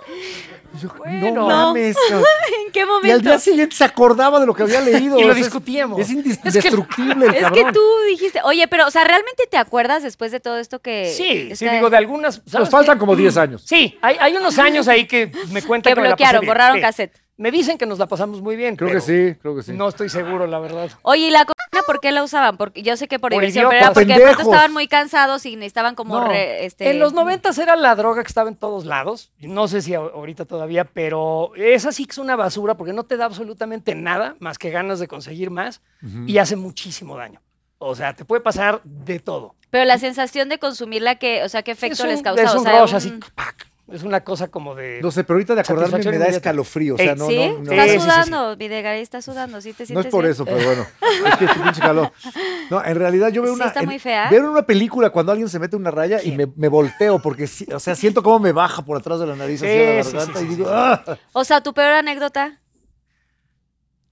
Y yo,
Bueno.
no mames. cabrón".
¿En qué
Y al
momento?
día siguiente se acordaba de lo que había leído.
Y lo
O sea, es-
discutíamos.
Es indestructible el
Es
cabrón.
que tú dijiste, oye, pero, o sea, ¿realmente te acuerdas después de todo esto que...
Sí, sí,
esta-
digo, de algunas... ¿sabes
Nos
qué?
faltan como 10 años.
Sí, hay, hay unos años ahí que me cuentan
Que
me la pasé
bloquearon,
bien.
borraron
Sí.
cassette.
Me dicen que nos la pasamos muy bien.
Creo que
pero
sí, creo que sí.
No estoy seguro, la verdad.
Oye, ¿y la cocaína por qué la usaban? Porque yo sé que por,
Por
diversión, pero
idiotas.
era porque de pronto
Pendejos.
estaban muy cansados y necesitaban como...
No,
re- este...
En los noventas era la droga que estaba en todos lados. No sé si a- ahorita todavía, pero esa sí que es una basura porque no te da absolutamente nada más que ganas de conseguir más
Mm.
y hace muchísimo daño. O sea, te puede pasar de todo.
Pero la sensación de consumirla, que, o sea, ¿qué efecto
es un,
les causaba?
es
O
un
sea,
rush
un-
así, ¡pac! es una cosa como de...
No sé, pero ahorita de acordarme
Eh, Satisfacción
me da
inmediata.
escalofrío. O sea,
Ey,
Eh,
no,
¿Sí?
no, no.
Estás
Sí, sí, sí,
sudando, Videgaray, estás sudando, ¿sí te
No
sientes
es por
bien?
eso, pero bueno. Es que este pinche calor. No, en realidad yo veo
Sí,
una.
está
en-
muy fea.
Veo en una película cuando alguien se mete una raya y me, me volteo porque, sí- o sea, siento cómo me baja por atrás de la nariz
Sí,
hacia la
sí, sí,
garganta
sí,
y
sí,
digo,
sí.
"Ah".
O sea, tu peor anécdota.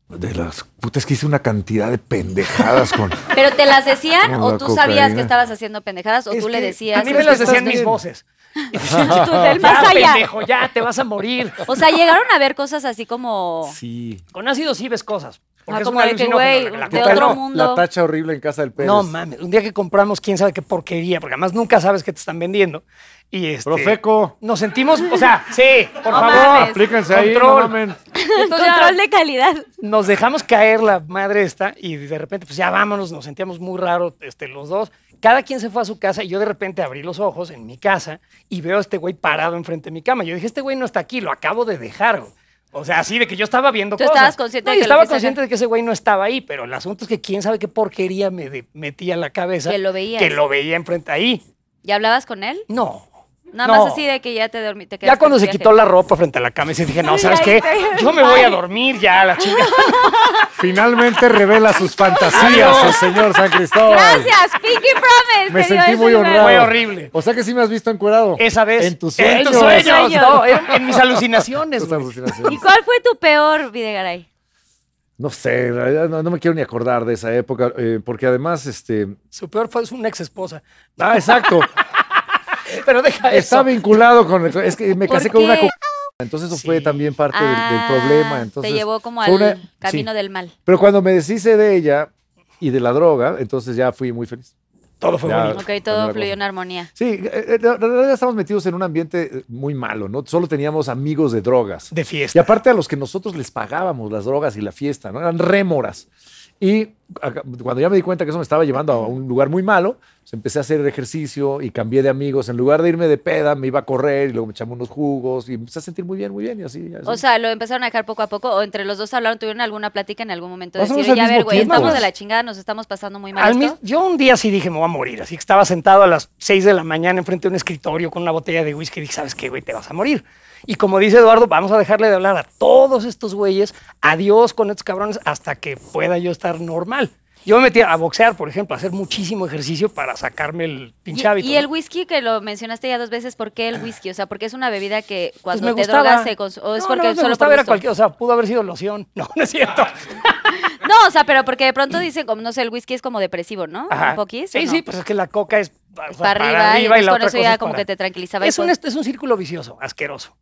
De las putas que hice una cantidad de pendejadas con.
¿Pero te las decían
Con
o
la
tú sabías que
cocaína.
estabas haciendo pendejadas o
Es
tú le
que-
A
decías?
mí
es
me
que
las
estás
decían mis
bien.
voces.
Tú del más
ya,
allá.
pendejo, ya, te vas a morir.
O sea, llegaron a ver cosas así como...
Sí.
Con ácido sí ves cosas. Porque
Ah,
es
como
una
de que,
alucinógena,
güey,
la
de
coca
otro
no.
mundo.
La tacha horrible en casa del Pérez.
No mames, un día que compramos quién sabe qué porquería, porque además nunca sabes qué te están vendiendo. Y este,
Profeco.
Nos sentimos, o sea, sí, por
No
favor,
mames.
Aplíquense ahí, no
control.
mamen.
Entonces ya
Control de calidad.
nos dejamos caer la madre esta y de repente pues ya vámonos, nos sentíamos muy raros este, los dos. Cada quien se fue a su casa y yo de repente abrí los ojos en mi casa y veo a este güey parado enfrente de mi cama. Yo dije, este güey no está aquí, lo acabo de dejar. güey. O sea, así de que yo estaba viendo
Tú
cosas.
estabas consciente
No,
de
yo
que lo
estaba
fuiste a
consciente
ver.
de que ese güey no estaba ahí, pero el asunto es que quién sabe qué porquería me de- metía en la cabeza.
Que lo veías.
Que lo veía enfrente ahí.
¿Y hablabas con él?
No.
Nada
No.
más así de que ya te dormiste.
Ya cuando se quitó la ropa frente a la cama, sí dije, no,
Ay,
¿sabes
ya
qué?
hice.
Yo me voy a
Ay.
dormir ya, la chica.
Finalmente revela sus fantasías,
Adiós.
el señor San Cristóbal.
Gracias, Pinky Promise.
Me
te dio
sentí
ese
muy
lugar.
honrado.
Fue horrible.
O sea que sí me has visto encuerado.
Esa vez.
En tus
En
sueños.
tus sueños,
Sueños.
no, en, en mis alucinaciones.
Tus
güey.
alucinaciones.
¿Y cuál fue tu peor, Videgaray?
No sé, en realidad no, no me quiero ni acordar de esa época, eh, porque además, este.
Su peor fue una ex esposa.
Ah, exacto.
Pero deja
está
eso.
vinculado con. el- Es que me
¿Por
casé con una.
qué?
co- Entonces, eso fue
Sí.
también parte del- del,
Ah,
problema. Entonces,
te llevó como al
fue una-
camino
sí.
del mal.
Pero cuando me deshice de ella y de la droga, entonces ya fui muy feliz.
Todo fue
Ya.
bonito.
Ok,
fue
todo
una
fluyó
cosa.
en armonía.
Sí, eh, eh, en realidad estábamos metidos en un ambiente eh, muy malo, ¿no? Solo teníamos amigos de drogas.
De
Y
fiesta.
aparte a los que nosotros les pagábamos las drogas y la fiesta, ¿no? Eran rémoras. Y acá- cuando ya me di cuenta que eso me estaba llevando a un lugar muy malo, pues empecé a hacer ejercicio y cambié de amigos. En lugar de irme de peda, me iba a correr y luego me echaba unos jugos y empecé a sentir muy bien, muy bien y así. y así.
O sea, lo empezaron a dejar poco a poco, o entre los dos hablaron, tuvieron alguna plática en algún momento. De
Más o
decir,
menos
ya a
al
ver,
mismo
güey,
tiempo,
estamos de
pues.
la chingada, nos estamos pasando muy mal.
Al
esto.
mis- yo un día sí dije, me voy a morir. Así que estaba sentado a las 6 de la mañana enfrente de un escritorio con una botella de whisky. Dije, ¿sabes qué, güey? Te vas a morir. Y como dice Eduardo, vamos a dejarle de hablar a todos estos güeyes. Adiós con estos cabrones hasta que pueda yo estar normal. Yo me metí a boxear, por ejemplo, a hacer muchísimo ejercicio para sacarme el pinche hábito.
Y, y el
¿no?
whisky que lo mencionaste ya dos veces, ¿por qué el whisky? O sea, porque es una bebida que
Pues
cuando te drogas se cons- o es
No,
porque
no, me
solo por
gustaba, era
gusto.
cualquier- o sea, pudo haber sido loción. No, no es cierto.
No, o sea, pero porque de pronto dicen, como no sé, el whisky es como depresivo, ¿no?
Ajá.
Un poquis. ¿o
Sí,
no?
sí, pues es que la coca es, pa- o sea,
para arriba, y, entonces
la
con
otra
eso
cosa
ya
es
como
para-
que te tranquilizaba. y
Es un,
pues-
est- es un círculo vicioso, asqueroso.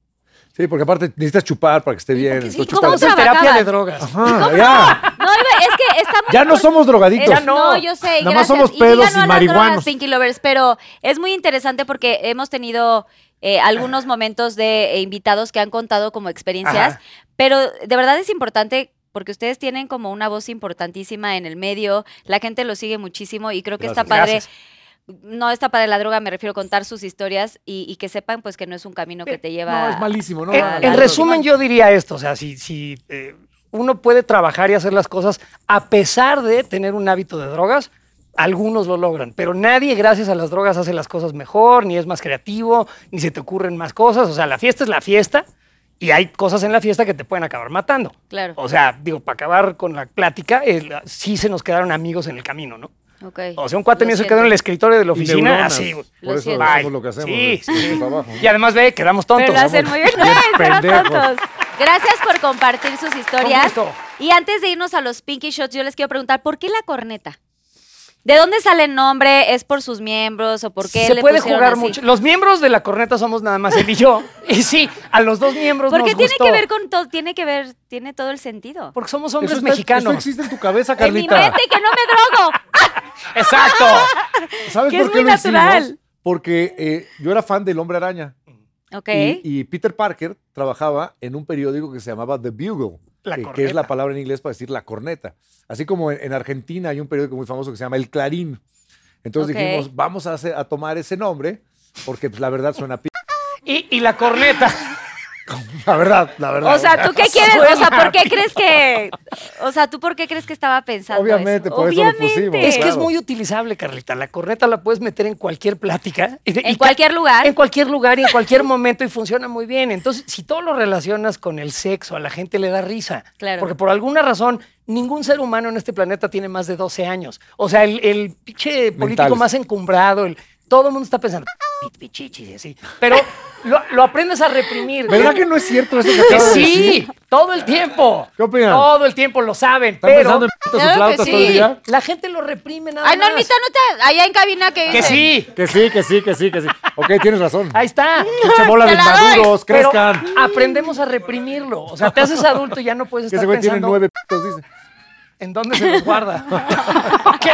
sí, porque aparte necesitas chupar para que esté bien.
porque sí,
entonces
¿cómo
chupas-
se-
Entonces, terapia
trabajaban?
de drogas.
Ajá, ya.
No, iba- es que está muy
Ya no somos drogadictos.
Eh,
Ya no.
no, yo sé. y
Nada más
gracias.
somos
Y
pedos
digan
y
no a las
marihuanos.
drogas, Pinky Lovers, pero es muy interesante porque hemos tenido eh, algunos momentos de eh, invitados que han contado como experiencias,
Ajá.
pero de verdad es importante porque ustedes tienen como una voz importantísima en el medio, la gente lo sigue muchísimo y creo que está padre.
Gracias.
No está padre la droga, me refiero a contar sus historias y, y que sepan pues que no es un camino que te lleva.
No, es malísimo, ¿no?
En,
Ah,
en
claro.
resumen, yo diría esto, o sea, si, si eh, uno puede trabajar y hacer las cosas a pesar de tener un hábito de drogas, algunos lo logran, pero nadie gracias a las drogas hace las cosas mejor, ni es más creativo, ni se te ocurren más cosas, o sea, la fiesta es la fiesta y hay cosas en la fiesta que te pueden acabar matando.
Claro.
O sea, digo, para acabar con la plática, eh, la- sí se nos quedaron amigos en el camino, ¿no?
Ok.
O sea, un cuate
Lo
mío se
siento.
quedó en el escritorio de la
Y
oficina,
neuronas.
así. güey.
Lo
Por eso
siento.
hacemos
Ay,
lo que hacemos. este,
sí, sí.
para abajo.
Y además ve, quedamos tontos.
Pero lo hacen muy bien. Fueron
pendejos.
tontos. Gracias por compartir sus historias.
Con gusto.
Y antes de irnos a los Pinky Shots, yo les quiero preguntar, ¿por qué la corneta? ¿De dónde sale el nombre? ¿Es por sus miembros o por qué
se
le
puede
pusieron
jugar
así?
mucho. Los miembros de la corneta somos nada más él y yo. Y sí, a los dos miembros
Porque
nos
tiene
gustó.
que ver con todo, tiene que ver, tiene todo el sentido.
Porque somos
Eso
hombres
está- Eso
mexicanos.
existe en tu cabeza,
En mi
Carlita.
mente que no me drogo.
Exacto.
¿Sabes
que
por
es
qué
muy
lo hicimos?
natural.
Porque eh, yo era fan del Hombre Araña.
Ok.
Y, y Peter Parker trabajaba en un periódico que se llamaba The Bugle,
La
que, que es
corneta.
la palabra en inglés para decir la corneta. Así como en, en Argentina hay un periódico muy famoso que se llama El Clarín. Entonces
Ok.
dijimos, vamos a, hacer- a tomar ese nombre, porque pues, la verdad suena p...
Y, y la corneta.
La verdad, la verdad.
o sea, ¿tú qué quieres? O sea,
suena
¿por qué crees que o sea, tú por qué crees que estaba pensando
Obviamente,
eso?
por eso lo pusimos,
Es que es
Claro.
muy utilizable, Carlita. La corneta la puedes meter en cualquier plática. y- y
En
ca-
cualquier lugar.
En cualquier lugar y en cualquier momento y funciona muy bien. Entonces, si todo lo relacionas con el sexo, a la gente le da risa.
Claro.
Porque por alguna razón, ningún ser humano en este planeta tiene más de 12 años. O sea, el, el pinche político
Mentales.
más encumbrado, el, todo el mundo está pensando, pichichi, así. Pero lo, lo aprendes a reprimir.
¿Verdad que no es cierto eso que
Que
acabas de decir?
sí, todo el tiempo.
¿Qué opinan?
Todo el tiempo lo saben,
¿Están
pero
pensando en p***as y
Claro que
flautas todo el
sí.
día?
la gente lo reprime nada
Ay, no,
más.
Anita, no te allá en cabina que
Que sí.
Que sí, que sí, que sí, que sí. Ok, tienes razón.
Ahí está.
Pinche bola
te
de
la doy.
maduros,
Pero
crezcan.
aprendemos a reprimirlo. O sea, te haces adulto y ya no puedes
Que
estar
ese güey tiene
pensando
nueve p***os, dice.
en dónde se los guarda. Ok.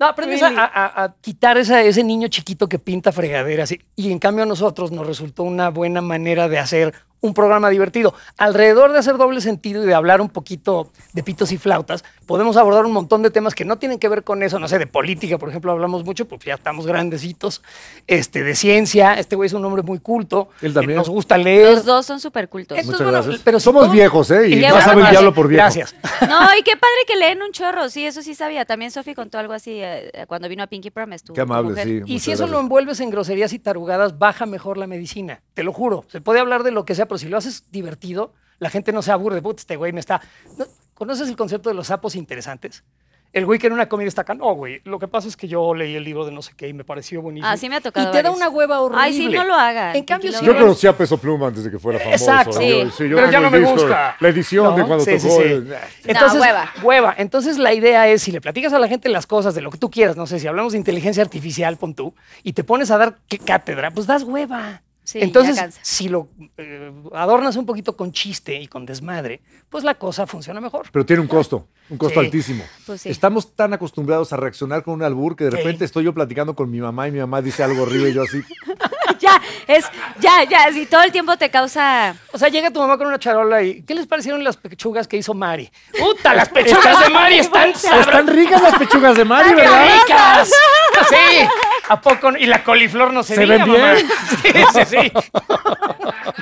No, aprendes a- a, a- a quitar esa- ese niño chiquito que pinta fregaderas. Y, y en cambio a nosotros nos resultó una buena manera de hacer un programa divertido. Alrededor de hacer doble sentido y de hablar un poquito de pitos y flautas, podemos abordar un montón de temas que no tienen que ver con eso, no sé, de política, por ejemplo, hablamos mucho, pues ya estamos grandecitos, este, de ciencia, este güey es un hombre muy culto,
Él también.
eh, nos gusta leer.
Los dos son súper cultos.
Entonces,
Muchas
bueno,
gracias.
pero si
Somos
todo-
viejos, ¿eh?
Y
Y
ya
no
bueno,
sabe el
gracias.
diablo por viejo.
Gracias.
No, y qué padre que leen un chorro. Sí, eso sí sabía. También Sofi contó algo así eh, cuando vino a Pinky Promise. tu-
Qué
tu
amable,
mujer.
sí.
Y
muchas
si eso lo
gracias.
envuelves en groserías y tarugadas, baja mejor la medicina. Te lo juro. Se puede hablar de lo que sea, pero si lo haces divertido, la gente no se aburre. Putz, este güey me está. ¿No? ¿Conoces el concepto de los sapos interesantes? El güey que en una comida está acá. No, güey. Lo que pasa es que yo leí el libro de no sé qué y me pareció buenísimo.
Ah, sí me ha tocado
Y te da
varios.
una hueva horrible.
Ay, sí, no lo hagan.
En cambio,
Yo
si
Yo
Sí.
lo-
conocía a Peso Pluma antes de que fuera famoso.
Exacto.
Sí.
Yo- sí, yo
Pero ya
tengo
no
el
me
disco,
gusta.
La edición de
No,
cuando
sí, sí,
tocó.
sí.
eh,
Entonces,
hueva.
hueva. Entonces, la idea es, si le platicas a la gente las cosas de lo que tú quieras, no sé, si hablamos de inteligencia artificial, pon tú, y te pones a dar qué cátedra, pues das hueva.
Sí, ya
Entonces,
cansa.
si lo eh, adornas un poquito con chiste y con desmadre, pues la cosa funciona mejor.
Pero tiene un costo, un costo
Sí.
altísimo.
Pues sí.
Estamos tan acostumbrados a reaccionar con un albur que de
Sí.
repente estoy yo platicando con mi mamá y mi mamá dice algo horrible y yo así.
Ya, es, ya, ya. Si todo el tiempo te causa.
O sea, llega tu mamá con una charola y ¿qué les parecieron las pechugas que hizo Mari? ¡Puta, las pechugas de Mari están
Están
sabrosas!
ricas las pechugas de
Ah,
Mari, ¿verdad?
ricas! Ah, Sí, ¿a poco? no? Y la coliflor no se,
Se
diga,
ven bien.
mamá. Sí, sí, sí.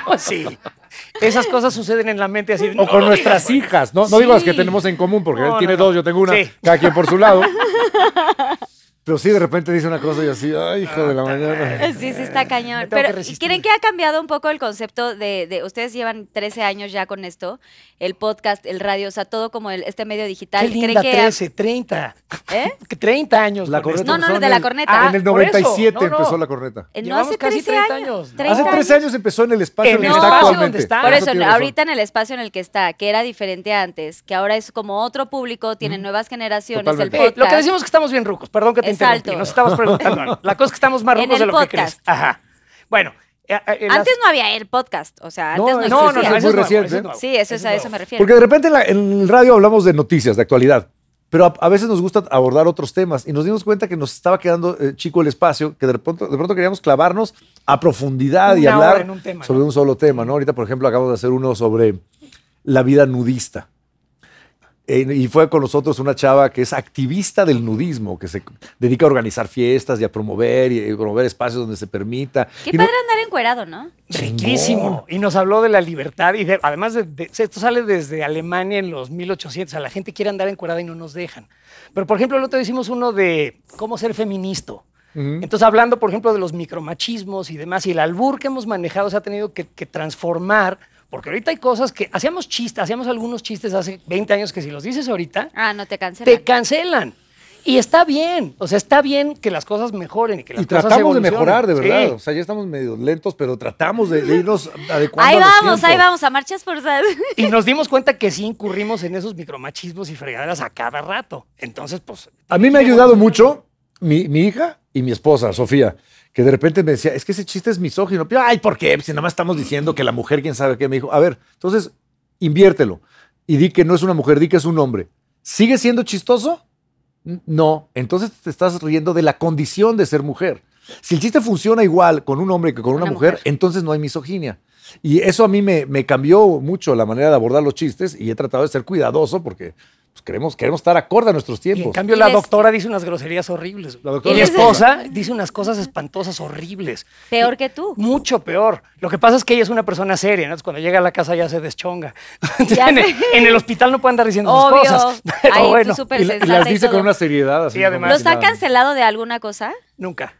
Pues sí. Esas cosas suceden en la mente así.
O con nuestras
hijas.
hijas, ¿no? No digo las que tenemos en común, porque
No,
él
no,
tiene
no.
dos, yo tengo una,
Sí.
cada quien por su lado. Pero sí, de repente dice una cosa y así, ay, hijo de la mañana.
Sí, sí, está cañón.
tengo que
Pero
resistir.
¿creen que ha cambiado un poco el concepto de, de- ustedes llevan 13 años ya con esto? El podcast, el radio, o sea, todo como el, este medio digital.
Qué linda,
que
13, 30.
¿Eh?
Que 30 años.
La
con esto.
corneta.
No, no,
empezó
de
en
la
el-
corneta.
En el
Ah, por eso,
97
no, no.
empezó la corneta.
Eh, No
Llevamos
hace
casi
13
30
años.
años.
30
Hace
años.
13 años empezó en el espacio
En
en
el
el
espacio
está
donde
actualmente.
está.
Por
Ah,
eso,
tiene razón.
ahorita en el espacio en el que está, que era diferente antes, que ahora es como otro público, tienen nuevas generaciones,
Totalmente.
el
Eh,
podcast.
lo que decimos es que estamos bien rucos. Perdón que te
Exacto.
interrumpí. Nos estabas preguntando. algo. La cosa es que estamos más
En
rucos de
el
lo que crees.
podcast.
Ajá. Bueno. eh, eh, las-
Antes no había el podcast, o sea,
No,
antes no,
no, no, no,
existía.
eso es
muy
nuevo,
reciente.
eso es nuevo.
Sí, eso es a eso me refiero.
Porque de repente en, la- en el radio hablamos de noticias, de actualidad, pero a, a veces nos gusta abordar otros temas y nos dimos cuenta que nos estaba quedando eh, chico el espacio, que de pronto, de pronto queríamos clavarnos a profundidad y
Una hora
hablar
en un tema,
sobre
¿no?
un solo tema. ¿no? Ahorita, por ejemplo, acabamos de hacer uno sobre la vida nudista. Eh, y fue con nosotros una chava que es activista del nudismo, que se dedica a organizar fiestas y a promover, y, eh, promover espacios donde se permita.
Qué
Y no-
padre andar encuerado, ¿no?
Riquísimo. Y nos habló de la libertad y de- además de, de- esto sale desde Alemania en los 1800. A la gente quiere andar encuerada y no nos dejan. Pero por ejemplo, el otro día hicimos uno de cómo ser feminista. Entonces, hablando, por ejemplo, de los micromachismos y demás, y el albur que hemos manejado se ha tenido que, que transformar, porque ahorita hay cosas que hacíamos chistes, hacíamos algunos chistes hace 20 años que si los dices ahorita,
Ah, no te cancelan.
te cancelan. Y está bien, o sea, está bien que las cosas mejoren y que las
Y
cosas
tratamos de
evolucionen.
mejorar, de
Sí.
verdad. O sea, ya estamos medio lentos, pero tratamos de, de irnos adecuando.
Ahí
a los
vamos, ahí
tiempos.
vamos, a marchas por
Y nos dimos cuenta que sí incurrimos en esos micromachismos y fregaderas a cada rato. Entonces, pues.
A mí me ha ayudado mucho mi, mi hija y mi esposa, Sofía, que de repente me decía, es que ese chiste es misógino. Yo, Ay, ¿por qué? Si nada más estamos diciendo que la mujer, quién sabe qué, me dijo. A ver, entonces, inviértelo. Y di que no es una mujer, di que es un hombre. ¿Sigue siendo chistoso? N- No. Entonces te estás riendo de la condición de ser mujer. Si el chiste funciona igual con un hombre que con una,
Una
mujer,
mujer.
entonces no hay misoginia. Y eso a mí me, me cambió mucho la manera de abordar los chistes y he tratado de ser cuidadoso porque pues, queremos, queremos estar acorde a nuestros
Y en
tiempos.
cambio,
Y
la
les-
doctora dice unas groserías horribles.
La
y
doctora
mi
les-
esposa dice unas cosas espantosas, horribles.
Peor que tú.
Mucho peor. Lo que pasa es que ella es una persona seria, ¿no? Entonces, Cuando llega a la casa ya se deschonga.
Ya
en, el,
sé.
en el hospital no puede andar diciendo
Obvio.
esas cosas. Pero
Ahí tú
bueno,
súper
Y, la- y
sensata
las
y
dice
todo.
con una seriedad así.
Sí, además.
más
¿Los
que
han
nada.
cancelado de alguna cosa?
nunca.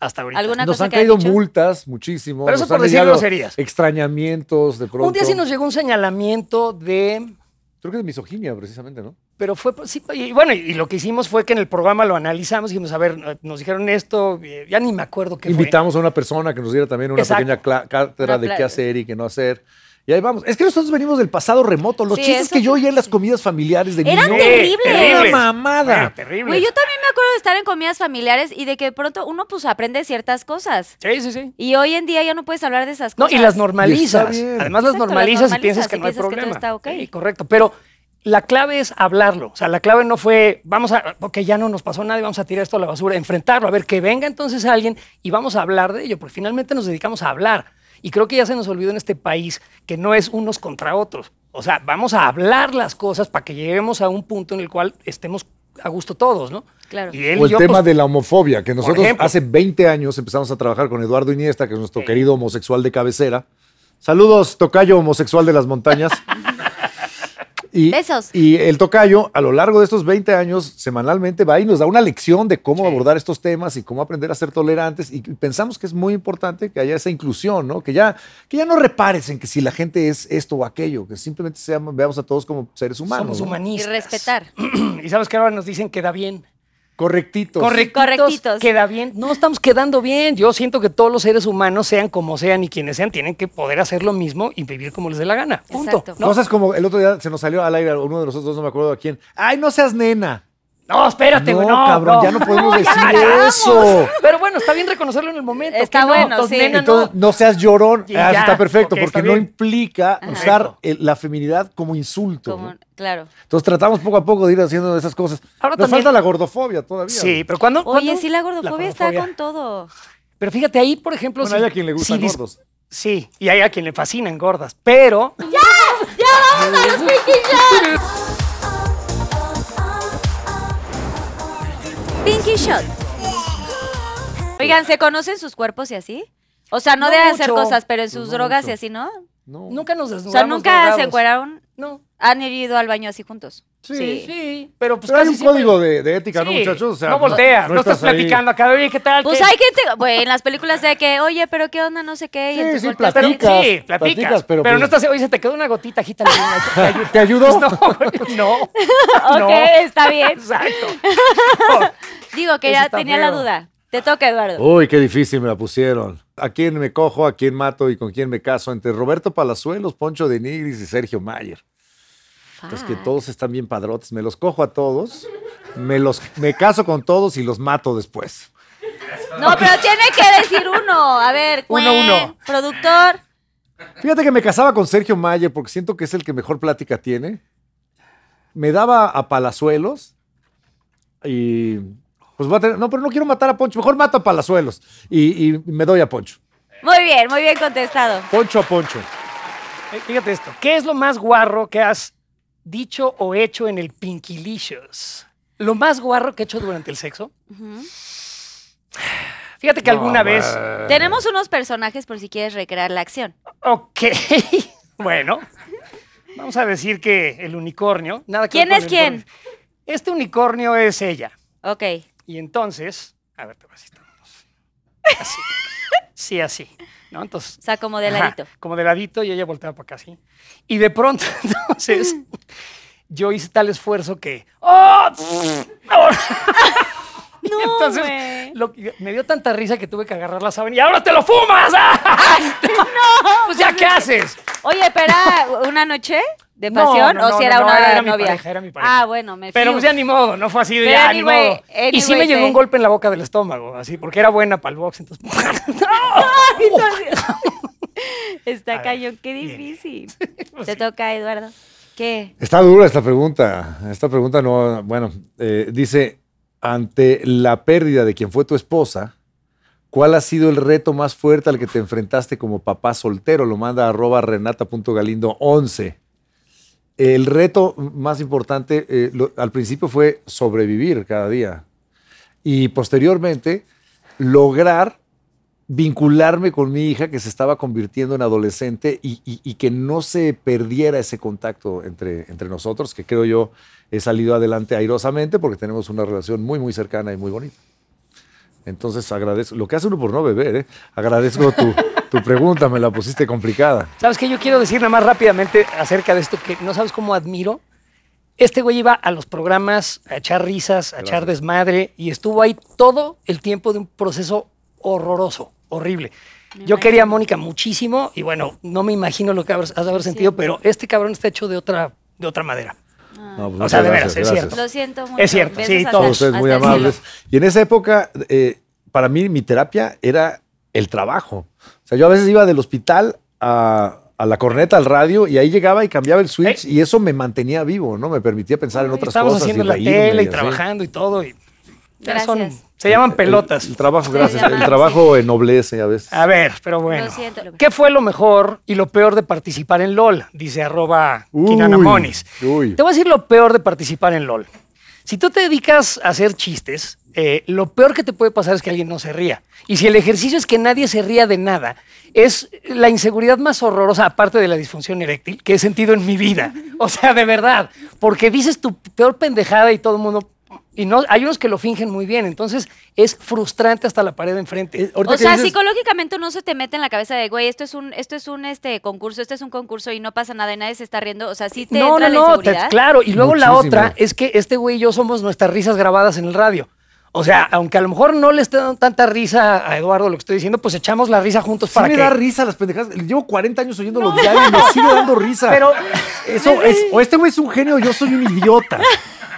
Hasta ahorita.
¿Alguna
Nos
cosa
han
que hayan
caído
dicho?
multas muchísimo.
Pero eso
nos
por
han
decir
llegado
groserías.
Extrañamientos de Eh, pronto.
Un día sí nos llegó un señalamiento de.
Creo que es misoginia, precisamente, ¿no?
Pero fue, sí, y bueno, y lo que hicimos fue que en el programa lo analizamos y dijimos, a ver, nos dijeron esto, eh, ya ni me acuerdo qué
Invitamos a una persona que nos diera también una
Exacto.
pequeña cla- cátedra
Una
de
pla-
qué hacer y qué no hacer. Y ahí vamos. Es que nosotros venimos del pasado remoto. Los
Sí,
chistes
eso
que yo
sí.
oía en las comidas familiares de
Eran
niño.
terribles.
Era
terribles.
una mamada.
Bueno, terrible.
Güey, yo también me acuerdo de estar en comidas familiares y de que de pronto uno pues aprende ciertas cosas.
Sí, sí, sí.
Y hoy en día ya no puedes hablar de esas
No,
cosas.
y las normalizas.
Y está bien.
Además, las
Exacto, las
normalizas, y
normalizas
piensas que
y
no hay
piensas que todo
problema.
está ok.
Sí, correcto. Pero la clave es hablarlo. O sea, la clave no fue, vamos a, ok, ya no nos pasó nada y vamos a tirar esto a la basura, enfrentarlo. A ver, que venga entonces alguien y vamos a hablar de ello, porque finalmente nos dedicamos a hablar. Y creo que ya se nos olvidó en este país que no es unos contra otros. O sea, vamos a hablar las cosas para que lleguemos a un punto en el cual estemos a gusto todos, ¿no?
Claro.
Y él
O
y
el
yo,
tema
pues,
de la homofobia, que nosotros
ejemplo.
hace 20 años empezamos a trabajar con Eduardo Iniesta, que es nuestro querido homosexual de cabecera. Saludos, tocayo homosexual de las montañas. Y,
Besos.
Y el tocayo, a lo largo de estos 20 años, semanalmente va y nos da una lección de cómo abordar estos temas y cómo aprender a ser tolerantes. Y pensamos que es muy importante que haya esa inclusión, ¿no? Que ya, que ya no repares en que si la gente es esto o aquello, que simplemente seamos, veamos a todos como seres humanos.
somos
¿no?
Y
humanistas.
respetar.
Y sabes que ahora nos dicen queda bien.
Correctitos.
Correctitos,
Correctitos.
Queda bien. No estamos quedando bien. Yo siento que todos los seres humanos, sean como sean y quienes sean, tienen que poder hacer lo mismo y vivir como les dé la gana. Punto.
Exacto.
No,
Cosas como el otro día se nos salió al aire a uno de nosotros, no me acuerdo a quién. ¡Ay, no seas nena!
No, espérate,
no,
güey.
cabrón, ya no podemos decir
ya,
eso.
Pero bueno, está bien reconocerlo en el momento.
Está
¿qué no?
bueno,
Entonces,
sí.
nena, no.
Entonces, no seas llorón.
Y
Ah, eso
ya,
está perfecto,
ok,
porque
está
no
bien.
implica usar el- la feminidad como insulto.
Como,
¿no?
claro.
Entonces tratamos poco a poco de ir haciendo esas cosas.
Ahora
Nos
también-
falta la gordofobia todavía.
Sí, pero cuando.
Oye, sí, la gordofobia está con todo.
Pero fíjate ahí, por ejemplo.
Bueno,
si-
hay a quien le gustan
dis-
gordos.
Sí, y hay a quien le fascinan gordas. Pero.
Pinky Shot.
Oigan, ¿se conocen sus cuerpos y así? O sea, no,
No
deben hacer
mucho.
cosas, pero en sus
no
drogas y
mucho.
así, ¿no?
No.
Nunca nos
O
desnudamos.
sea, nunca
drogados.
se encueraron,
No.
han ido al baño así juntos.
Sí.
Sí, sí. Pero pues
Pero hay
casi
un
siempre-
código de, de ética, ¿no,
Sí,
muchachos? O sea,
no volteas, no, estás,
ahí.
platicando acá. Oye, ¿qué tal?
Pues
¿Qué-
hay gente, güey, en las películas de que, oye, pero qué onda, no sé qué. y
Sí,
entonces
sí,
volteas,
Pero,
pero-
platica. Platicas,
sí, platicas,
platicas, pero
pero,
pues-
no estás, oye, se te quedó una gotita, agítala.
¿Te
pues
ayudó?
No, güey, no. no.
Ok, está bien.
Exacto.
Digo que
Eso
ya
está
tenía la
feo.
duda. Te toca, Eduardo.
Uy, qué difícil me la pusieron. ¿A quién me cojo, a quién mato y con quién me caso? Entre Roberto Palazuelos, Poncho de Nigris y Sergio Mayer. Entonces, que
Fuck.
todos están bien padrotes. Me los cojo a todos, me, los, me caso con todos y los mato después.
No, pero tiene que decir uno. A ver,
Uno,
cuen,
uno.
Productor.
Fíjate que me casaba con Sergio Mayer porque siento que es el que mejor plática tiene. Me daba a Palazuelos y... Pues voy a tener... No, pero no quiero matar a Poncho. Mejor mato a Palazuelos y, y me doy a Poncho.
Muy bien, muy bien contestado.
Poncho a Poncho.
Eh, Fíjate esto. ¿Qué es lo más guarro que has dicho o hecho en el Pinkilicious? ¿Lo más guarro que he hecho durante el sexo?
Eh.
Fíjate que alguna vez...
Tenemos unos personajes por si quieres recrear la acción.
Ok. bueno. Vamos a decir que el unicornio... Nada que
¿Quién
ver con
es
el
quién?
unicornio. Este unicornio es ella.
Ok.
Y entonces... A ver, te voy a decir. Así. Sí, así. ¿No? Entonces,
O sea, como de
Ajá,
ladito.
como de ladito y ella volteaba para acá, sí. Y de pronto, entonces, yo hice tal esfuerzo que. ¡Oh! Ahora- Y
No,
entonces,
güey.
lo que- me dio tanta risa que tuve que agarrar la sábana y ahora te lo fumas. ¡Ah! Pues ya, ¿qué haces?
Oye, pero ¿era una noche de pasión
No, no,
o
no,
si
no,
era
no,
una hora
era
de
mi
novia?
pareja, era mi pareja.
Ah, bueno, me
Pero
fiu.
pues ya ni modo, no fue así de
Pero
ya,
anyway,
ni modo. y sí me
anyway,
llegó
sí.
un golpe en la boca del estómago, así, porque era buena para el box. Entonces,
Ay, no, Dios. Está
uh. ver,
cañón, qué difícil. Te toca, Eduardo. ¿Qué?
Está dura esta pregunta. Esta pregunta no, bueno, eh, dice, ante la pérdida de quien fue tu esposa, ¿cuál ha sido el reto más fuerte al que te enfrentaste como papá soltero? Lo manda arroba renata.galindo11. El reto más importante eh, lo- al principio fue sobrevivir cada día y posteriormente lograr vincularme con mi hija que se estaba convirtiendo en adolescente y, y- y que no se perdiera ese contacto entre, entre nosotros, que creo yo he salido adelante airosamente porque tenemos una relación muy, muy cercana y muy bonita. Entonces agradezco, lo que hace uno por no beber, ¿eh? agradezco tu, tu pregunta, me la pusiste complicada.
¿Sabes qué? Yo quiero decir nada más rápidamente acerca de esto que no sabes cómo admiro. Este güey iba a los programas a echar risas, a echar desmadre y estuvo ahí todo el tiempo de un proceso horroroso, horrible. Yo quería a Mónica muchísimo y bueno, no me imagino lo que habrás- has de haber sentido, pero este cabrón está hecho de otra, de otra madera.
No, pues
O sea,
muchas
de veras, es cierto.
Lo siento mucho.
Es cierto,
Besos
sí,
hasta-
todos
Todos ustedes muy
hasta el cielo.
amables. Y en esa época, eh, para mí, mi terapia era el trabajo. O sea, yo a veces iba del hospital a, a la corneta, al radio, y ahí llegaba y cambiaba el switch, y eso me mantenía vivo, ¿no? Me permitía pensar en otras
Estamos
cosas.
Eh. haciendo
y
la
reírme
tele y
así.
trabajando y todo. Y Ya son-
Gracias.
se llaman
El-
pelotas. Ah,
El, trabajo, gracias.
llaman
El trabajo ennoblece a veces.
A ver, pero bueno.
Lo siento.
¿Qué fue lo mejor y lo peor de participar en LOL? Dice arroba
Uy,
Quinana Moniz.
uy.
Te voy a decir lo peor de participar en LOL. Si tú te dedicas a hacer chistes, eh, lo peor que te puede pasar es que alguien no se ría. Y si el ejercicio es que nadie se ría de nada, es la inseguridad más horrorosa, aparte de la disfunción eréctil, que he sentido en mi vida. O sea, de verdad. Porque dices tu peor pendejada y todo el mundo... Y no, hay unos que lo fingen muy bien, entonces es frustrante hasta la pared de enfrente.
Eh, ahorita
O
que
sea,
dices-
psicológicamente no se te mete en la cabeza de, güey, esto es un, esto es un este concurso, esto es un concurso y no pasa nada y nadie se está riendo. O sea, sí te entra la
te-
inseguridad.
claro. Y luego la
Muchísimo.
otra es que este güey y yo somos nuestras risas grabadas en el radio. O sea, aunque a lo mejor no le esté dando tanta risa a Eduardo lo que estoy diciendo, pues echamos la risa juntos
Sí
para
me
que...
da risa las pendejadas. Llevo 40 años oyéndolo diario y me sigue dando risa.
Pero-
Eso es, o este güey es un genio o yo soy un idiota.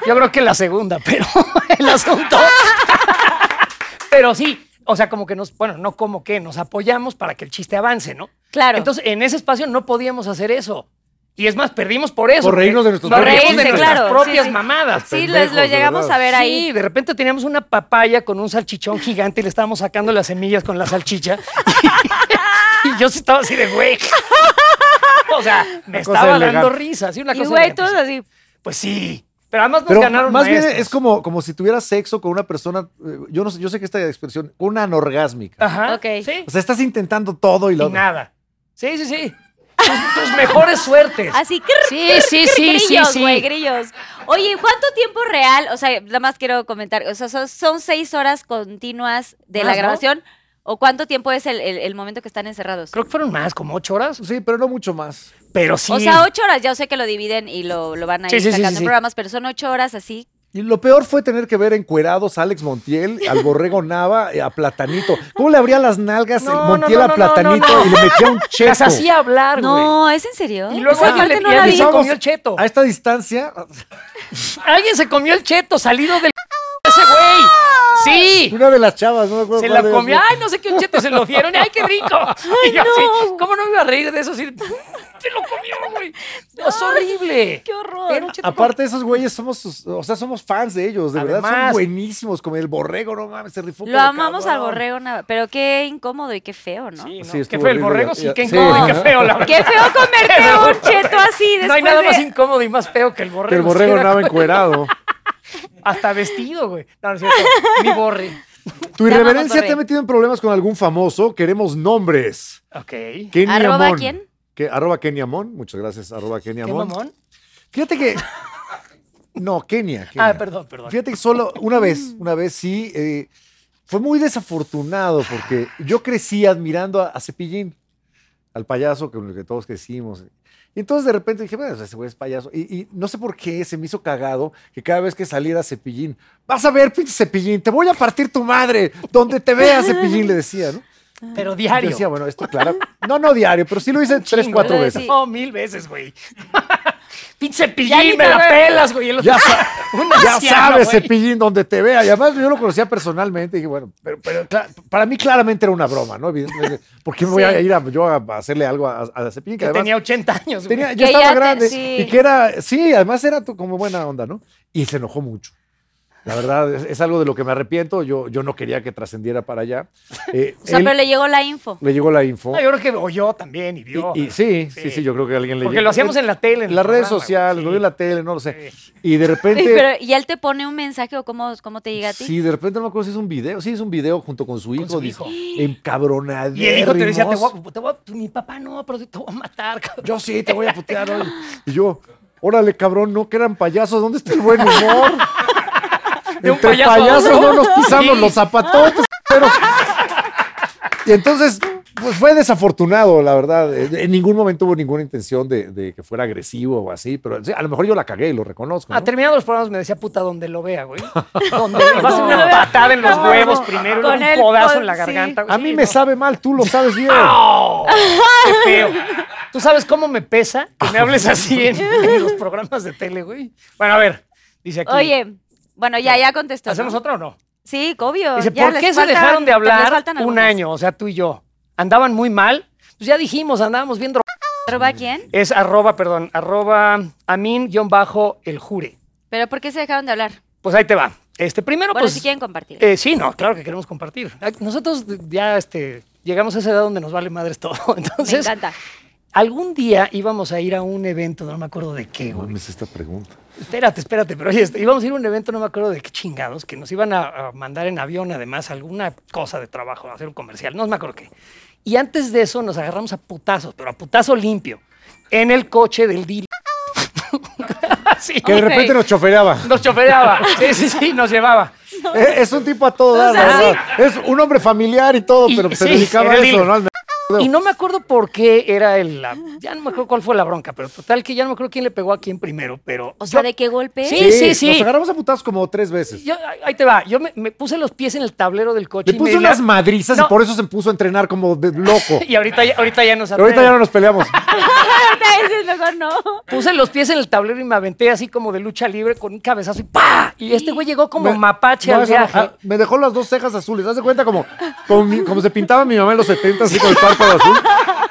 Yo creo que la segunda, pero el asunto... pero sí, o sea, como que nos... Bueno, no como que, nos apoyamos para que el chiste avance, ¿no?
Claro.
Entonces, en ese espacio no podíamos hacer eso. Y es más, perdimos por eso.
Por
porque
reírnos de nuestros
nos
propios
reímos de
chistes.
nuestras
Claro, sí,
propias
sí.
mamadas.
Sí,
pendejos,
lo, lo
de
llegamos
verdad.
a ver
Sí,
ahí.
de repente teníamos una papaya con un salchichón gigante y le estábamos sacando las semillas con la salchicha. y yo sí estaba así de güey. O sea, me
Una cosa
estaba dando
elegante.
risa, sí, una
Y
cosa.
güey,
elegante.
todos así.
Pues sí. Pero además nos
Pero
ganaron
más bien
maestros.
es como, como si tuviera sexo con una persona. eh, Yo no sé, yo sé que esta expresión, una anorgásmica.
Ajá.
Ok.
Sí.
O sea, estás intentando todo y
Y
Pues lo.
nada. Sí, sí, sí. Tus, tus mejores suertes.
Así que
Sí, sí, sí, sí,
grillos,
sí.
güey, grillos. Oye, ¿cuánto tiempo real? O sea, nada más quiero comentar. O sea, son, son seis horas continuas de la
Más, ¿no?
grabación. ¿O cuánto tiempo es el, el- el momento que están encerrados?
Creo que fueron más, como ocho horas.
Sí, pero no mucho más.
Pero sí.
O sea, ocho horas, ya sé que lo dividen y lo, lo van a ir
Sí, sí, sí,
sacando
sí,
en
sí.
programas, pero son ocho horas así.
Y lo peor fue tener que ver encuerados a Alex Montiel, al borrego Nava, eh, a Platanito. ¿Cómo le abría las nalgas
No,
el
no,
Montiel
no,
a
no,
Platanito
no, no.
y le metía un cheto?
Las hacía hablar, güey.
No, ¿es en serio?
Y luego
Esa
alguien le-
parte no
y
la
alguien
vi.
se
Empezamos
comió el cheto.
A esta distancia,
Alguien se comió el cheto salido del ese güey. Sí.
una de las chavas, no me acuerdo
Se
cuál
la
era,
comió.
sí.
Ay, no sé qué un cheto se lo dieron. Ay, qué rico. Y yo así, ¿Cómo no me iba a reír de eso? Sí, se lo comió, güey. No, es horrible.
qué horror.
Era un cheto
Aparte, esos güeyes somos, sus- o sea, somos fans de ellos, de verdad, son
Además.
buenísimos. Como el borrego, no mames, se rifó.
Lo
pero
amamos al
cabrón.
borrego, nada- pero qué incómodo y qué feo, ¿no?
Sí, ¿no?
Sí,
qué
estuvo
feo el
horrible,
borrego,
ya-
sí,
ya-
qué
sí,
incómodo y
¿no?
qué feo, la verdad.
Qué feo comerte
Pero,
un cheto así después
No hay nada
de-
más incómodo y más feo que el borrego.
Que el borrego
sí, era
nada encuerado.
Hasta vestido, güey. No, no es cierto. Mi borre.
Tu
Te amamos,
irreverencia te ha
borrego.
metido en problemas con algún famoso. Queremos nombres.
Ok.
Kenny
¿Arroba
Amon.
quién?
Que- arroba Kenny Amon. Muchas gracias, arroba Kenny
¿Qué
Amon.
mamón?
Fíjate que. No, Kenia.
Ah,
Kenia.
perdón, perdón.
Fíjate que solo una vez, una vez sí. eh, fue muy desafortunado porque yo crecí admirando a, a Cepillín, al payaso con el que todos crecimos. Y entonces de repente dije, bueno, ese güey es payaso. Y, y no sé por qué se me hizo cagado que cada vez que saliera Cepillín, vas a ver, pinche Cepillín, te voy a partir tu madre, donde te vea Cepillín, le decía, ¿no?
Pero
Yo
diario.
decía, bueno, esto claro. No, no diario, pero sí lo hice tres,
Chingo,
cuatro
lo
veces.
decía. No, Oh, mil veces, güey. Pinche
Ya ni
pillín, me
te
la
veo.
pelas, güey. El otro-
Ya, sa-
Un
ya
anciano,
sabes,
güey.
Cepillín, donde te vea. Y además yo lo conocía personalmente. Y dije, bueno, pero, pero cla- para mí claramente era una broma, ¿no? Evidentemente. ¿Por qué me voy a ir a, yo a hacerle algo a, a Cepillín?
Que
además
tenía 80 años, güey.
tenía- ya
Que
estaba
ya te-
grande.
sí.
Y que era, sí, además era tu- como buena onda, ¿no? Y se enojó mucho. La verdad, es, es algo de lo que me arrepiento. Yo, yo no quería que trascendiera para allá. Eh,
O sea,
él-
pero
le...
le llegó la info.
llegó la info.
No, yo creo que oyó también y vio.
Y, y sí, sí,
Sí.
sí, yo creo que alguien le
Porque lo hacíamos en la tele. En el
las redes
programa, güey,
sociales,
sí.
lo vi en la tele, no lo sé.
Sí.
Y de repente.
Pero, ¿y él te pone un mensaje o cómo, cómo te llega a ti?
Sí, de repente no me acuerdo si es un video. Sí, es un video junto con su hijo.
su
dice,
hijo.
encabronadísimo.
Y el hijo te decía, te voy, a- te voy a- pues, mi papá no, pero te voy a matar, cabrón.
Yo sí, te voy a putear hoy. Y yo, órale, cabrón, no que eran payasos. ¿Dónde está el buen humor?
De un
Entre
payaso a
payasos
otro.
no nos pisamos
Sí.
los zapatotes. Pero... Y entonces, pues fue desafortunado, la verdad. Eh, En ningún momento hubo ninguna intención de, de que fuera agresivo o así. Pero sí, a lo mejor yo la cagué y lo reconozco.
Ah,
¿no?
terminando los programas me decía, puta, donde lo vea, güey. Donde le vas a hacer una patada en los huevos primero, y luego
Con el
un codazo
pol-
en la
sí.
garganta. güey.
A
Sí,
mí me
no.
sabe mal, tú lo sabes bien.
¡Oh! ¡Qué feo! ¿Tú sabes cómo me pesa que me hables así en, en los programas de tele, güey? Bueno, a ver, dice aquí.
Oye, bueno, ya, ya contestó.
¿hacemos
¿no?
otra o no?
Sí, obvio.
Dice,
ya
¿por
les
qué se
faltan-
dejaron de
les
hablar
faltan
un
algunos.
año? O sea, tú y yo. ¿Andaban muy mal? Pues ya dijimos, andábamos bien dro-
¿Arroba quién?
Es arroba, perdón, arroba amin-el jure.
¿Pero por qué se dejaron de hablar?
Pues ahí te va. Este, primero,
Bueno,
pues.
si quieren compartir.
Eh, sí, no, claro que queremos compartir. Ay, Nosotros ya este, llegamos a esa edad donde nos vale madres todo. Entonces,
Me encanta.
algún día íbamos a ir a un evento, no me acuerdo de qué,
No
güey.
mames esta pregunta.
Espérate, espérate, pero oye, este, íbamos a ir a un evento, no me acuerdo de qué chingados, que nos iban a, a mandar en avión, además, alguna cosa de trabajo, a hacer un comercial, no me acuerdo qué. Y antes de eso nos agarramos a putazos, pero a putazo limpio, en el coche del deal. sí,
Que de repente nos choferaba.
nos choferaba. Sí, sí, sí, nos llevaba.
Eh, Es un tipo a todo dar, la verdad. Es un hombre familiar y todo,
Y-
pero se
sí,
dedicaba a
era
eso,
dealer.
¿no? Al-
Y no me acuerdo por qué era el. la- ya no me acuerdo cuál fue la bronca, pero total que ya no me acuerdo quién le pegó a quién primero, pero.
O sea,
yo-
¿de qué golpe?
Sí.
Nos agarramos a putazos como tres veces.
yo- ahí- ahí te va. Yo me, me puse los pies en el tablero del coche.
Le
y
puse
me-
unas madrizas
No.
y por eso se puso a entrenar como de loco.
Y ahorita, ya- ahorita ya nos
Pero ahorita ya
atreve.
no nos peleamos.
Ahorita dices, mejor no.
Puse los pies en el tablero y me aventé así como de lucha libre con un cabezazo y ¡pa! Y este güey llegó como
Me-
mapache
no,
al
eso no.
viaje.
Ah, me dejó las dos cejas azules. ¿Haz de cuenta como, como, mi- como se pintaba mi mamá en los 70 así con el párpado azul?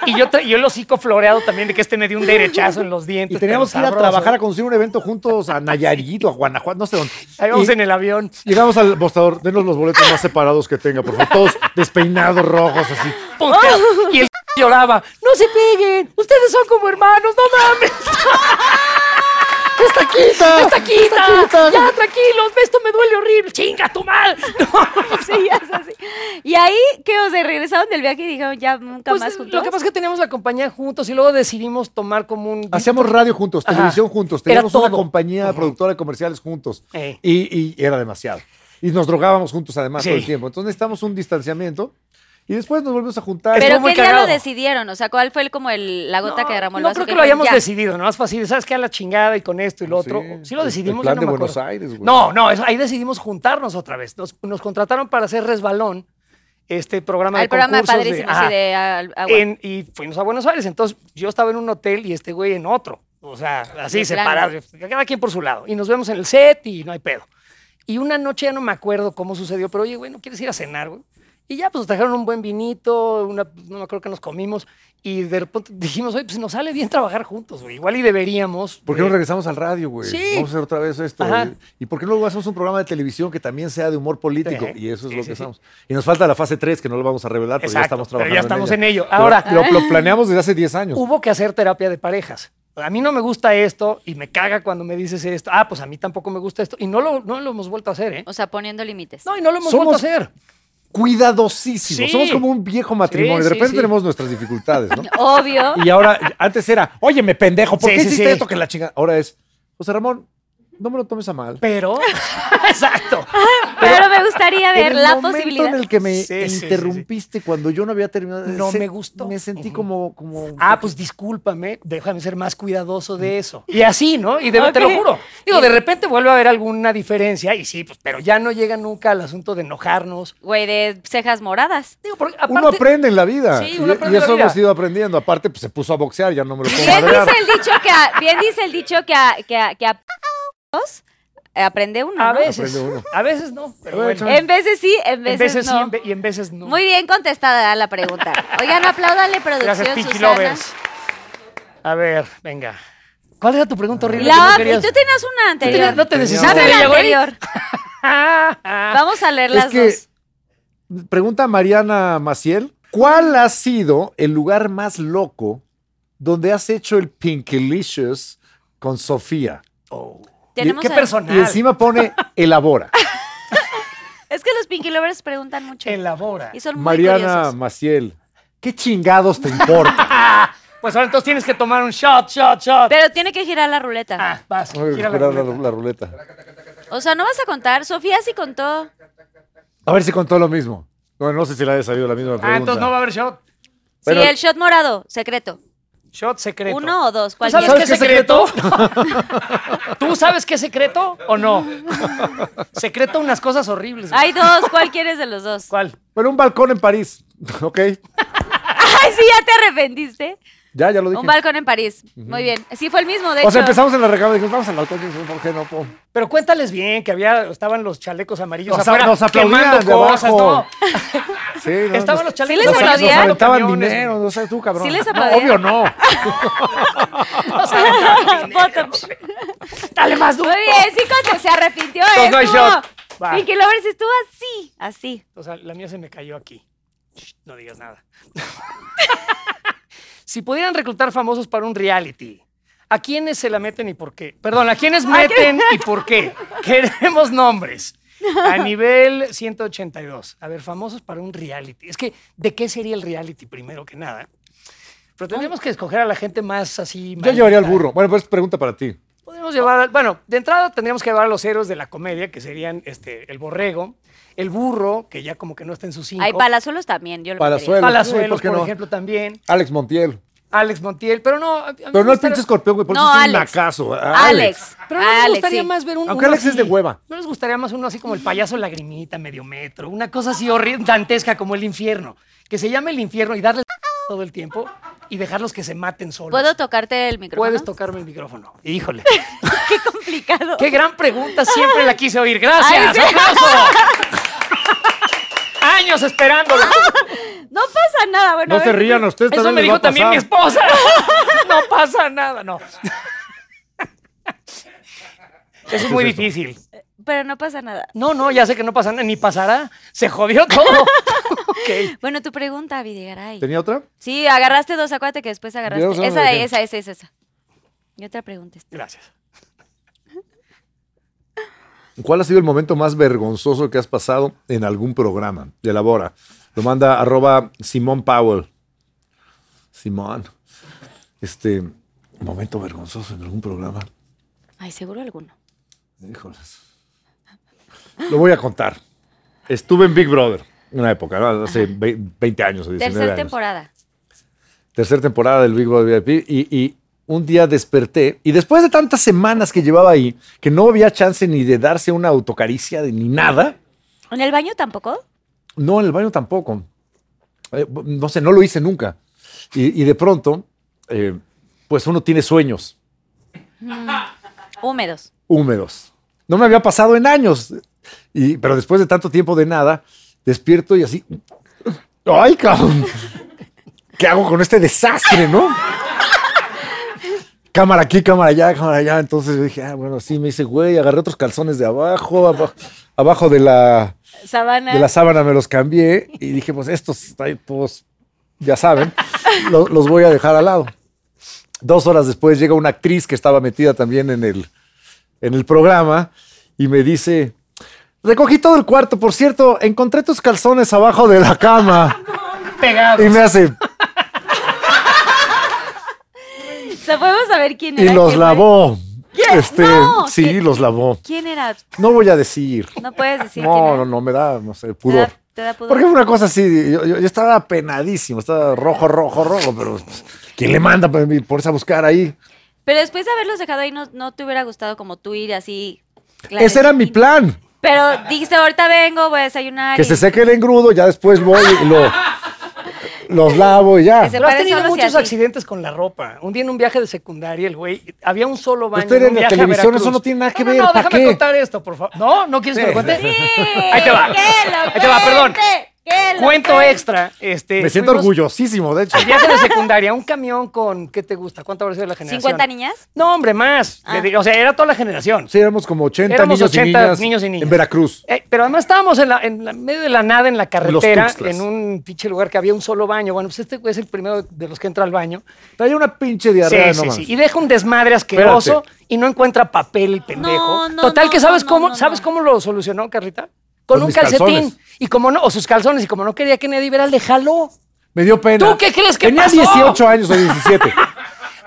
Y yo, tra- yo el hocico floreado también de que este me dio un derechazo en los dientes.
Y teníamos que
pero
ir a
sabroso.
trabajar a conseguir un evento juntos a Nayarit o a Guanajuato, no sé dónde.
Ahí vamos
Y
en el avión.
Llegamos al mostrador, denos los boletos más separados que tenga, por favor. Todos despeinados, rojos, así.
Puta. Y el lloraba. ¡No se peguen! ¡Ustedes son como hermanos! ¡No mames!
¡Está quita!
¡Está aquí!
quita!
¡Ya, tranquilos! ¡Esto me duele horrible! ¡Chinga tu mal! No.
Sí, ya es así. Y ahí, ¿qué? O sea, regresaron del viaje y dijeron, ya nunca
Pues,
más juntos.
lo que pasa es que teníamos la compañía juntos y luego decidimos tomar como un...
Hacíamos radio juntos,
Ajá.
televisión juntos,
Era
teníamos una
todo.
compañía productora de comerciales juntos.
Ey.
Y, y era demasiado. Y nos drogábamos juntos además
Sí.
todo el tiempo. Entonces necesitamos un distanciamiento y después nos volvemos a juntar.
Estuvo
Pero
muy
¿qué día lo
cagado.
decidieron? O sea, ¿cuál fue el- como el, la gota
No,
que derramó el
No
vaso?
creo que lo
dijeron,
hayamos
ya?
decidido, nada más fue así, ¿sabes qué? A la chingada y con esto y lo
Sí,
otro. Sí lo
el- el
decidimos, ya
plan
no
de
me
Buenos
acuerdo.
Aires, güey.
No, no, eso- ahí decidimos juntarnos otra vez. Nos, nos contrataron para hacer resbalón, este programa
Al
de
programa
concursos
padrísimo,
ajá.
sí, de al- agua.
En- y fuimos a Buenos Aires. Entonces, yo estaba en un hotel y este güey en otro. O sea, así
De
separados, cada quien por su lado. Y nos vemos en el set y no hay pedo. Y una noche ya no me acuerdo cómo sucedió, pero oye, güey, ¿no quieres ir a cenar, güey? Y ya, pues nos trajeron un buen vinito, una, no me acuerdo que nos comimos. Y de repente dijimos, oye, pues nos sale bien trabajar juntos, güey. Igual y deberíamos.
¿Por qué no
eh,
regresamos al radio, güey?
Sí.
Vamos a hacer otra vez esto.
Ajá.
¿Y y por qué no hacemos un programa de televisión que también sea de humor político?
Sí.
Y eso es
Sí,
lo
sí,
que
sí.
estamos. Y nos falta la fase 3, que no lo vamos a revelar, porque ya
Exacto,
estamos
pero ya
trabajando
estamos
ella.
en ello.
Pero
Ahora-
lo, lo planeamos desde hace 10 años.
hubo que hacer terapia de parejas. A mí no me gusta esto y me caga cuando me dices esto. Ah, pues a mí tampoco me gusta esto. Y no lo, no lo hemos vuelto a hacer, ¿eh?
O sea, poniendo límites.
No, y no lo hemos
Somos-
vuelto a hacer. Sí.
Cuidadosísimos. Somos como un viejo matrimonio.
Sí,
de
sí,
repente
sí.
tenemos nuestras dificultades, ¿no?
Obvio.
Y ahora, antes era, óyeme, pendejo, ¿por
Sí,
qué
sí,
hiciste
sí.
esto que la chingada? Ahora es, José Ramón, no me lo tomes a mal.
Pero, exacto.
Pero me gustaría
En
ver
el
la
momento
posibilidad.
en el que me
Sí, sí, sí, sí.
interrumpiste cuando yo no había terminado.
No me gustó.
Me sentí
Ujú.
como, como.
Ah, pues discúlpame, déjame ser más cuidadoso de eso. Y así, ¿no? Y de, te lo
Ok.
juro. Digo, de repente vuelve a haber alguna diferencia y sí, pues, pero ya no llega nunca al asunto de enojarnos.
Güey, de cejas moradas.
Digo, porque
Uno
aparte,
aprende en la vida.
Sí,
Y-
uno
y,
aprende en la
eso hemos
vida.
ido aprendiendo. Aparte, pues se puso a boxear, ya no me lo puedo
Bien
madrear.
dice el dicho que a, bien dice el dicho que a, que a, que a p***os, eh, aprende uno,
a
¿no?
veces,
Aprende uno.
a veces no. Pero bueno,
Bueno,
En veces sí, en
en
veces,
veces sí
no.
en ve- y en veces no.
Muy bien contestada la pregunta. Oigan, apláudale producción
Gracias, Pinky
Susana.
Lovers. A ver, venga. ¿Cuál era tu pregunta horrible? que no
La otra- y
querías?
tú tenías una anterior.
no te deshiciste
Dame
de
la
ella, güey.
anterior.
Ah, ah.
Vamos a leer
Es
las
que.
dos.
Pregunta a Mariana Maciel: ¿Cuál ha sido el lugar más loco donde has hecho el Pinkylicious con Sofía?
Oh.
Tenemos
¿Qué
a-
personal?
Y encima pone elabora.
Es que los Pinky Lovers preguntan mucho.
Elabora.
Y son muy
Mariana
curiosos.
Maciel, ¿qué chingados te importa?
Pues ahora entonces tienes que tomar un shot, shot, shot.
Pero tiene que girar la ruleta.
Ah, vas,
Voy a
gira la
girar la,
ruleta.
la ruleta.
O sea, no vas a contar. Sofía sí contó.
A ver si contó lo mismo. Bueno, no sé si le haya sabido la misma pregunta.
Ah, entonces no va a haber shot.
Bueno.
sí, el shot morado, secreto.
Shot secreto.
Uno o dos,
¿Tú
cualquiera.
sabes,
¿Sabes
qué es
qué es
secreto? ¿Tú sabes qué es secreto o no? Secreto unas cosas horribles. güey.
Hay dos, ¿cuál quieres de los dos?
¿Cuál?
Bueno, un balcón en París. ok,
Ay, sí, ya te arrepentiste.
ya, ya lo dije.
Un balcón en París. Muy bien. Sí, fue el mismo, de
o
hecho.
sea, empezamos en la recámara y dijimos, vamos al balcón. dijimos, ¿Por qué no? po?
Pero cuéntales bien que había estaban los chalecos amarillos
Nos-
afuera
nos aplaudían
quemando
de
cosas,
abajo.
¿no?
Sí, no,
Estaban
nos-
los chalecos
les
amarillos
nos- Nos
aplaudían?
abajo,
aventaban
camiones,
dinero, no sabes tú, cabrón.
Sí les
No,
aplaudían.
Obvio no.
Bottom.
güey. Dale más duro.
Muy bien, sí, cuando se arrepintió.
Entonces no hay
estuvo-
shot. Va.
Pinky Lovers estuvo así, así.
O sea, la mía se me cayó aquí. Shh, No digas nada. si pudieran reclutar famosos para un reality, ¿a quiénes se la meten y por qué? Perdón, ¿a quiénes meten y por qué? Queremos nombres. A nivel 182. A ver, famosos para un reality. Es que, ¿de qué sería el reality primero que nada? Pero tendríamos que escoger a la gente más así.
Yo llevaría al
maldita.
burro. Bueno, pues pregunta para ti.
Podríamos llevar, al- bueno, de entrada tendríamos que llevar a los héroes de la comedia, que serían este, el borrego, el burro, que ya como que no está en su cinco.
Hay palazuelos también, yo lo metería.
Palazuelos. Sí,
Palazuelos,
¿por qué
por
no?
ejemplo, también.
Alex Montiel.
Alex Montiel, pero no. a- a mí me
Pero no el
gustaría-
pinche escorpión, güey. Por
No,
eso es un
Alex.
nacazo.
Alex.
Pero no les
Alex,
gustaría
sí.
más ver un.
Aunque
uno
Alex es
así-
de hueva.
No les gustaría más uno así como el payaso lagrimita, medio metro, una cosa así horrible, dantesca como el infierno. Que se llame el infierno y darle todo el tiempo y dejarlos que se maten solos.
¿Puedo tocarte el micrófono?
Puedes tocarme el micrófono. Híjole.
Qué complicado.
Qué gran pregunta, siempre la quise oír. Gracias,
Ay, sí.
aplauso. Años esperándolo.
No pasa nada, bueno.
No
a
se
ver.
rían a ustedes.
Eso
también
me
les
dijo
va a
también mi
pasar.
esposa. No pasa nada, no. Eso es muy
es eso?
difícil.
Pero no pasa nada.
No, no, ya sé que no pasa nada, ni pasará. Se jodió todo. Ok.
Bueno, tu pregunta, Videgaray.
¿Tenía otra?
Sí, agarraste dos, acuérdate que después agarraste.
Dios, no me
esa,
dejé.
esa, esa, esa, esa. Y otra pregunta. Esther.
Gracias.
¿Cuál ha sido el momento más vergonzoso que has pasado en algún programa? Elabora. Lo manda arroba Simón Powell. Simón. Este, momento vergonzoso en algún programa.
Ay, seguro alguno.
Híjoles. Lo voy a contar. Estuve en Big Brother, una época, ¿no? hace ve- 20 años o 19
Tercera
años.
temporada.
Tercera temporada del Big Brother VIP. Y, y un día desperté y después de tantas semanas que llevaba ahí, que no había chance ni de darse una autocaricia de- ni nada,
¿En el baño tampoco?
No, en el baño tampoco. Eh, no sé, no lo hice nunca. Y, y de pronto, eh, pues uno tiene sueños
Húmedos.
húmedos. No me había pasado en años. Y, pero después de tanto tiempo de nada, despierto y así. ¡Ay, cabrón! ¿Qué hago con este desastre, no? Cámara aquí, cámara allá, cámara allá. Entonces yo dije, ah, bueno, sí, me hice güey, agarré otros calzones de abajo, abajo, abajo de la
Sabana.
de la sábana me los cambié y dije, pues estos ahí todos, ya saben, lo- los voy a dejar al lado. Dos horas después llega una actriz que estaba metida también en el, en el programa y me dice, recogí todo el cuarto, por cierto, encontré tus calzones abajo de la cama
Pegado.
y me hace,
O sea, podemos saber quién
y
era.
los
quién
lavó.
¿Qué?
Este,
No,
sí,
¿qué?
los lavó.
fue. ¿Quién era?
No voy a decir.
No puedes decir quién
No,
era.
no, no, me da, no sé, pudor.
te da pudor.
Porque fue una cosa así, yo, yo- yo estaba penadísimo, estaba rojo, rojo, rojo, pero pues, ¿quién le manda por ponerse a buscar ahí?
Pero después de haberlos dejado ahí, ¿no, no te hubiera gustado como tú ir así?
Ese era mi
clandestino?
plan,
Pero dijiste, ahorita vengo, voy a desayunar.
que
y-
se seque el engrudo, ya después voy y lo, los lavo y ya.
Que se
Pero has
Pero
tenido
solo si
muchos
así.
accidentes con la ropa. Un día en un viaje de secundaria, el güey, había un solo baño.
Usted
un
en la
viaje a
televisión,
Veracruz.
eso no tiene nada que
No,
ver,
No, no,
¿para
déjame
qué?
contar esto, por favor. No, no quieres que lo cuente.
Sí,
Ahí te va.
que lo
Ahí te va, perdón.
cuente, que lo
Cuento
cuente.
extra. Este,
Me siento
fuimos-
orgullosísimo, de hecho.
Viaje de secundaria, un camión con, ¿qué te gusta? ¿Cuánto habrá sido la generación?
¿50 niñas?
No, hombre, más.
Ah.
O sea, era toda la generación.
Sí, éramos como 80
Éramos
niños
80
y niñas.
niños y niñas.
En Veracruz.
Eh, pero además estábamos en, la, en la- medio de la nada, en la carretera,
Tuxtlas.
en un pinche lugar que había un solo baño. Bueno, pues este güey es el primero de los que entra al baño.
Traía una pinche
Sí,
diarrea, no
sí,
mames.
sí. Y deja un desmadre asqueroso y no encuentra papel el pendejo.
No, no,
Total,
no,
que ¿sabes
no,
cómo
no,
sabes
no.
cómo lo solucionó, Carlita? Con,
Con
un
mis
calcetín.
calzones.
Y como no, o sus calzones. Y como no quería que nadie viera, le jaló.
Me dio pena.
¿Tú qué crees que
Tenía
pasó?
18 años o 17.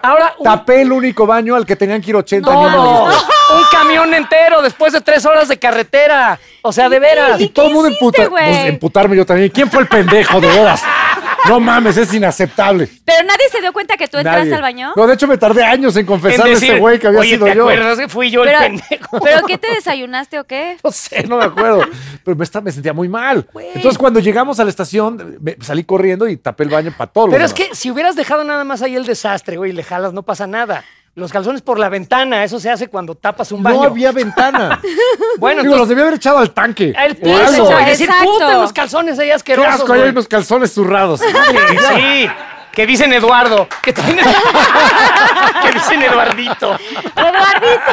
Ahora, un-
Tapé el único baño al que tenían que ir 80
todo.
niños. después.
Un camión entero después de tres horas de carretera. O sea, de veras.
Y,
¿Y
todo
qué
el mundo
hiciste,
emputa.
güey?
Pues, emputarme yo también. ¿Quién fue el pendejo de veras? No mames, es inaceptable.
Pero nadie se dio cuenta que tú entraste
Nadie.
al baño.
No, de hecho me tardé años en
En
confesarle a
decir,
ese este güey que había
Oye,
sido
¿te
yo.
acuerdas que fui yo
pero,
el pendejo?
¿Pero qué te desayunaste o qué?
No sé, no me acuerdo. Pero me, esta- me sentía muy mal. Entonces, cuando llegamos a la estación, me- salí corriendo y tapé el baño para todos.
Pero es que si hubieras dejado nada más ahí el desastre, güey, y le jalas, no pasa nada. Los calzones por la ventana, eso se hace cuando tapas un baño.
no había ventana.
Bueno,
Digo,
entonces,
los debía haber echado al tanque.
el
O algo.
piso,
Exacto.
güey, decir, puta, los calzones ahí
Qué
asquerosos.
asco, hay
güey".
unos calzones zurrados.
Sí, sí, que dicen Eduardo, que tienen- que dicen Eduardito.
Ah.
¡Eduardito!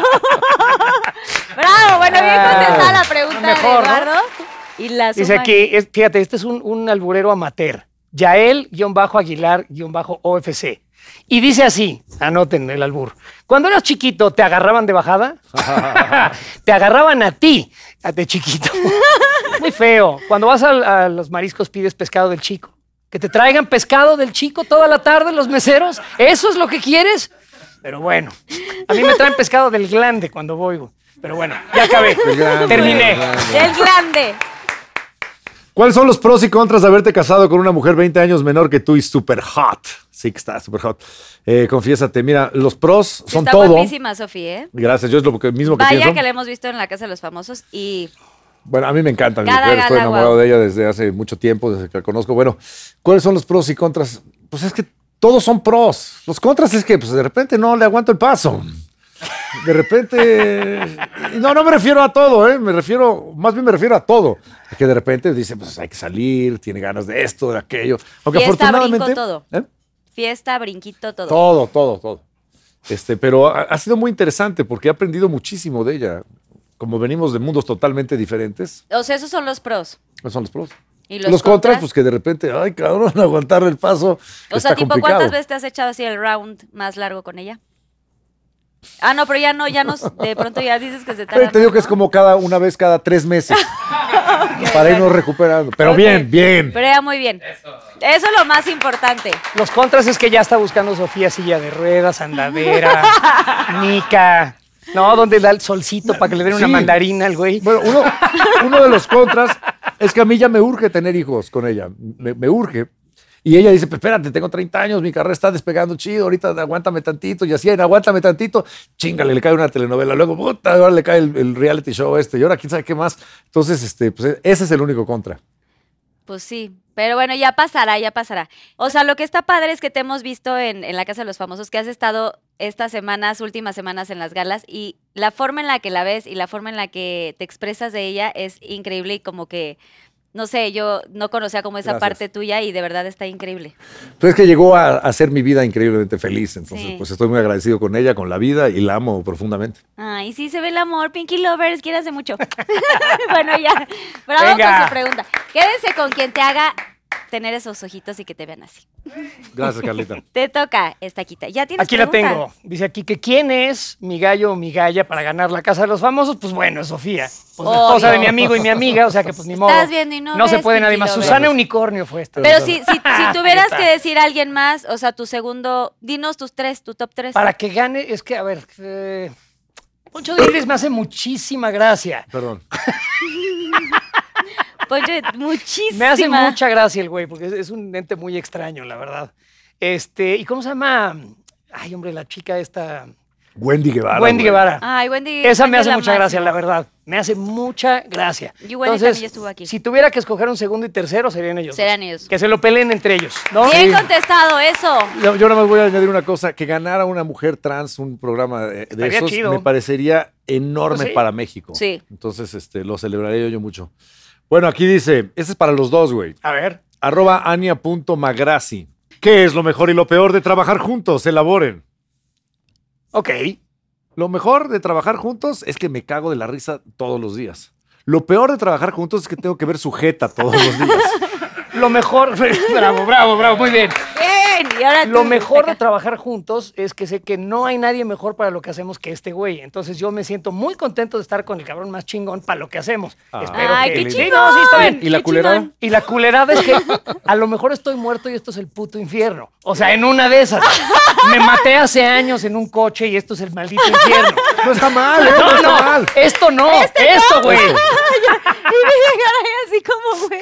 ¡Bravo! Bueno, bien contestada la pregunta.
Mejor mejor,
de
¿no?
Eduardo y la
Dice
suma-
aquí, es- fíjate, este es un, un alburero amateur. Yael-Aguilar-OFC. Y dice así, anoten el albur. Cuando eras chiquito, ¿te agarraban de bajada? te agarraban a ti, a- de chiquito. Muy feo. Cuando vas al- a, los mariscos, pides pescado del chico. Que te traigan pescado del chico toda la tarde los meseros. ¿Eso es lo que quieres? Pero bueno, a mí me traen pescado del glande cuando voy. güey. Pero bueno, ya acabé.
Del glande,
Terminé.
del glande.
El grande.
¿Cuáles son los pros y contras de haberte casado con una mujer 20 años menor que tú y super hot? Sí que está super hot. Eh, confiésate, mira, los pros son
Está
todo.
guapísima, Sofía, ¿eh?
Gracias, yo es lo que- mismo que
Vaya
pienso.
que la hemos visto en la Casa de los Famosos y
Bueno, a mí me encanta mi
Cada
mujer, estoy
gala,
enamorado
guau.
de ella desde hace mucho tiempo, desde que la conozco. Bueno, ¿cuáles son los pros y contras? Pues es que todos son pros. Los contras es que pues, de repente no le aguanto el paso. De repente... y No, no me refiero a todo, ¿eh? Me refiero... Más bien me refiero a todo. A Que de repente dice, pues hay que salir, tiene ganas de esto, de aquello. Aunque
Fiesta, brinco,
afortunadamente...
todo.
¿Eh?
fiesta, brinquito, todo.
Todo, todo, todo. Este, pero ha, ha sido muy interesante porque he aprendido muchísimo de ella. Como venimos de mundos totalmente diferentes,
O sea, esos son los pros.
esos son los pros.
¿Y
los
los
contras,
contras?
pues que de repente, ay, cabrón, aguantar el paso.
O
está
sea, tipo,
complicado.
¿cuántas veces te has echado así el round más largo con ella? Ah, no, pero ya no, ya nos, de pronto ya dices que se tarda.
Pero te digo que es como cada una vez cada tres meses para irnos recuperando. Pero bien, bien.
Pero ya muy bien. Eso. es lo más importante.
Los contras es que ya está buscando Sofía silla de ruedas, andadera, mica. No, donde da el solcito para que le den una
Sí.
mandarina al güey.
Bueno, uno, uno de los contras es que a mí ya me urge tener hijos con ella. Me, me urge. Y ella dice, "Pero espérate, tengo 30 años, mi carrera está despegando chido, ahorita aguántame tantito, y así, en aguántame tantito, chingale, le cae una telenovela, luego, puta, ahora le cae el, el reality show este, y ahora quién sabe qué más. Entonces, este, pues, ese es el único contra.
Pues sí. Pero bueno, ya pasará, ya pasará. O sea, lo que está padre es que te hemos visto en, en la Casa de los Famosos, que has estado estas semanas, últimas semanas en las galas, y la forma en la que la ves y la forma en la que te expresas de ella es increíble y como que, no sé, yo no conocía como esa
Gracias.
parte tuya y de verdad está increíble.
Pero es que llegó a hacer mi vida increíblemente feliz. Entonces,
Sí.
pues estoy muy agradecido con ella, con la vida y la amo profundamente.
Ay, sí, se ve el amor, Pinky Lovers, quieras de mucho. bueno, ya. Bravo
Venga.
con su pregunta. Quédense con quien te haga tener esos ojitos y que te vean así.
Gracias, Carlita.
Te toca esta quita. ¿Ya tienes
Aquí la
pregunta?
tengo. Dice aquí que quién es mi gallo o mi galla para ganar la casa de los famosos. Pues bueno, es Sofía. Pues la
Obvio.
esposa de mi amigo y mi amiga. O sea que pues ni modo.
viendo y no
se
ves,
puede nadie
Pinky
más.
Lover.
Susana Unicornio fue esta.
Pero si, si, si tuvieras que decir a alguien más, o sea, tu segundo, dinos tus tres, tu top tres.
Para que gane, es que, a ver. eh, Poncho de Iris me hace muchísima gracia.
Perdón.
Poncho, muchísima.
Me hace mucha gracia el güey, porque es, es un ente muy extraño, la verdad. Este, ¿y cómo se llama? Ay, hombre, la chica esta.
Wendy Guevara.
Wendy
güey.
Guevara.
Ay, Wendy.
Esa
Wendy
me hace
la
mucha gracia,
máxima.
la verdad. Me hace mucha gracia.
Y Wendy
Entonces,
también estuvo aquí.
Si tuviera que escoger un segundo y tercero, serían ellos.
Serán
dos.
ellos.
Que se lo peleen entre ellos, ¿no?
Bien contestado, eso.
Yo, yo nada más voy a añadir una cosa, que ganara una mujer trans un programa de, de
Estaría
esos
chido.
me parecería enorme
Pues sí.
para México.
Sí.
Entonces, este, lo celebraré yo, yo mucho. Bueno, aquí dice, este es para los dos, güey.
A ver.
Arroba ania.magrassi. ¿Qué es lo mejor y lo peor de trabajar juntos? Elaboren.
Ok.
Lo mejor de trabajar juntos es que me cago de la risa todos los días. Lo peor de trabajar juntos es que tengo que ver sujeta todos los días.
Lo mejor. bravo, bravo, bravo. Muy bien.
Bien. Y ahora
Lo
tú,
mejor de
acá.
trabajar juntos es que sé que no hay nadie mejor para lo que hacemos que este güey. Entonces yo me siento muy contento de estar con el cabrón más chingón para lo que hacemos.
Ah.
Espero
Ay,
que-
qué
Sí, no, sí, está bien.
chingón,
¿Y la
qué
culerada?
chingón.
Y la culerada es que a lo mejor estoy muerto y esto es el puto infierno. O sea, en una de esas. Me maté hace años en un coche y esto es el maldito infierno.
No está mal, ¿eh? No,
No,
está
no,
mal.
esto no,
Este
esto, güey.
Y me llegaron ahí así como, güey.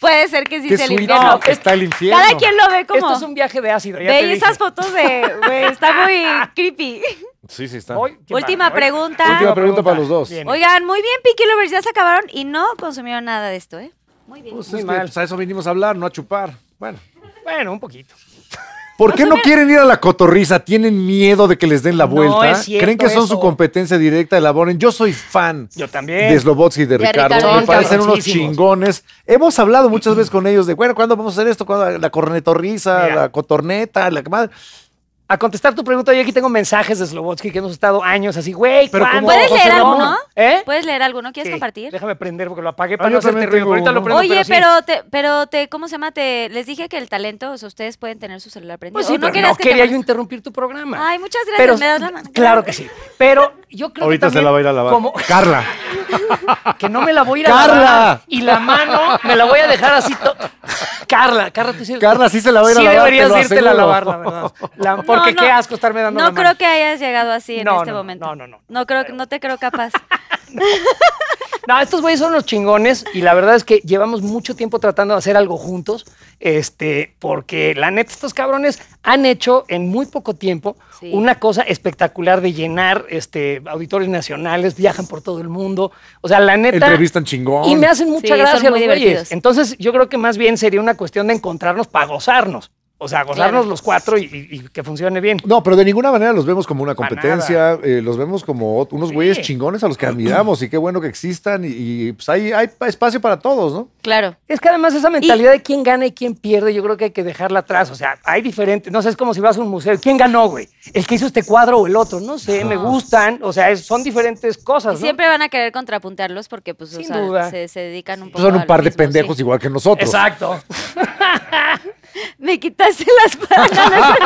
Puede ser que sí
Qué
se
suite
limpiaron.
que está el infierno.
Cada quien lo ve como.
Esto es un viaje de ácido, ya te
Ve
dije.
esas fotos de, güey, está muy creepy.
Sí, sí está.
Hoy- ¿qué
Última
bárbaro, hoy-
pregunta.
Última pregunta para los dos.
Bien.
Oigan, muy bien, Pinky Lovers, ya se acabaron y no consumieron nada de esto, ¿eh? Muy bien.
Pues es
Muy
que,
mal.
pues, a eso vinimos a hablar, no a chupar. Bueno.
Bueno, un poquito.
¿Por qué no quieren ir a la cotorriza? ¿Tienen miedo de que les den la
No
vuelta?
es cierto
¿Creen que son
eso.
su competencia directa? Elaboren. Yo soy fan
Yo también.
de Slobotsky y de
Eh, De
Ricardo.
Ricardo.
Me parecen unos
Cabroncísimos.
chingones. Hemos hablado muchas veces con ellos de, bueno, ¿cuándo vamos a hacer esto? ¿Cuándo? La cornetorriza,
Mira.
la cotorneta, la que madre.
a contestar tu pregunta. Yo aquí tengo mensajes de Slobotsky que hemos estado años así, güey,
Pero
¿cuándo?
¿cómo?
¿Puedes
José
leer
Ramón,
alguno?
¿Eh?
¿Puedes leer alguno? ¿Quieres
Sí,
compartir?
Déjame prender porque lo apagué
Ah,
para
yo
no hacerte
también
ruido.
tengo
Ahorita lo
uno.
prendo,
Oye,
sí.
pero, te, pero te, ¿cómo se llama? Te, les dije que el talento, o sea, ustedes pueden tener su celular prendido.
Pues sí,
¿O
pero
querías
no
que te
quería
mande-
yo interrumpir tu programa.
Ay, muchas gracias,
Pero-
me das la mano.
Claro que sí. Pero yo creo
Ahorita
que
se
también,
la va a ir a lavar.
Como
Carla.
que no me la voy a ir a
¡Carla!
lavar Y la mano me la voy a dejar así. to- Carla, Carla, tú sí.
Carla, sí se la va a ir a
sí
lavar, te
deberías
lo
irte a
aseguro.
lavar, la verdad. La-
No,
porque
no.
qué asco estarme dando la
No
mano.
creo que hayas llegado así en
No,
este
no, no,
momento.
no, no, no.
No creo, no te creo capaz.
No, estos güeyes son los chingones y la verdad es que llevamos mucho tiempo tratando de hacer algo juntos, este, porque la neta estos cabrones han hecho en muy poco tiempo
Sí.
una cosa espectacular de llenar este, auditorios nacionales, viajan por todo el mundo, o sea, la neta...
Entrevistan chingón.
Y me hacen mucha
Sí, son
gracia los
muy
güeyes.
divertidos.
Entonces yo creo que más bien sería una cuestión de encontrarnos para gozarnos, o sea, gozarnos
Claro.
los cuatro y, y- y que funcione bien.
No, pero de ninguna manera los vemos como una
Para
competencia, eh, los vemos como ot- unos
Sí.
güeyes chingones a los que admiramos y qué bueno que existan y, y, pues hay, hay pa- espacio para todos, ¿no?
Claro.
Es que además esa mentalidad de quién gana y quién pierde, yo creo que hay que dejarla atrás. O sea, hay diferentes. No sé, es como si vas a un museo. ¿Quién ganó, güey? ¿El que hizo este cuadro o el otro? No sé, me gustan. O sea, es- son diferentes
Y
cosas, ¿no?
siempre van a querer contrapuntarlos porque, pues, o
Sin
sea,
duda.
Se, se dedican
Pues
un poco
Son
a
un
lo
par de
mismo, sí.
pendejos igual que nosotros.
Exacto.
Me quitaste las palabras.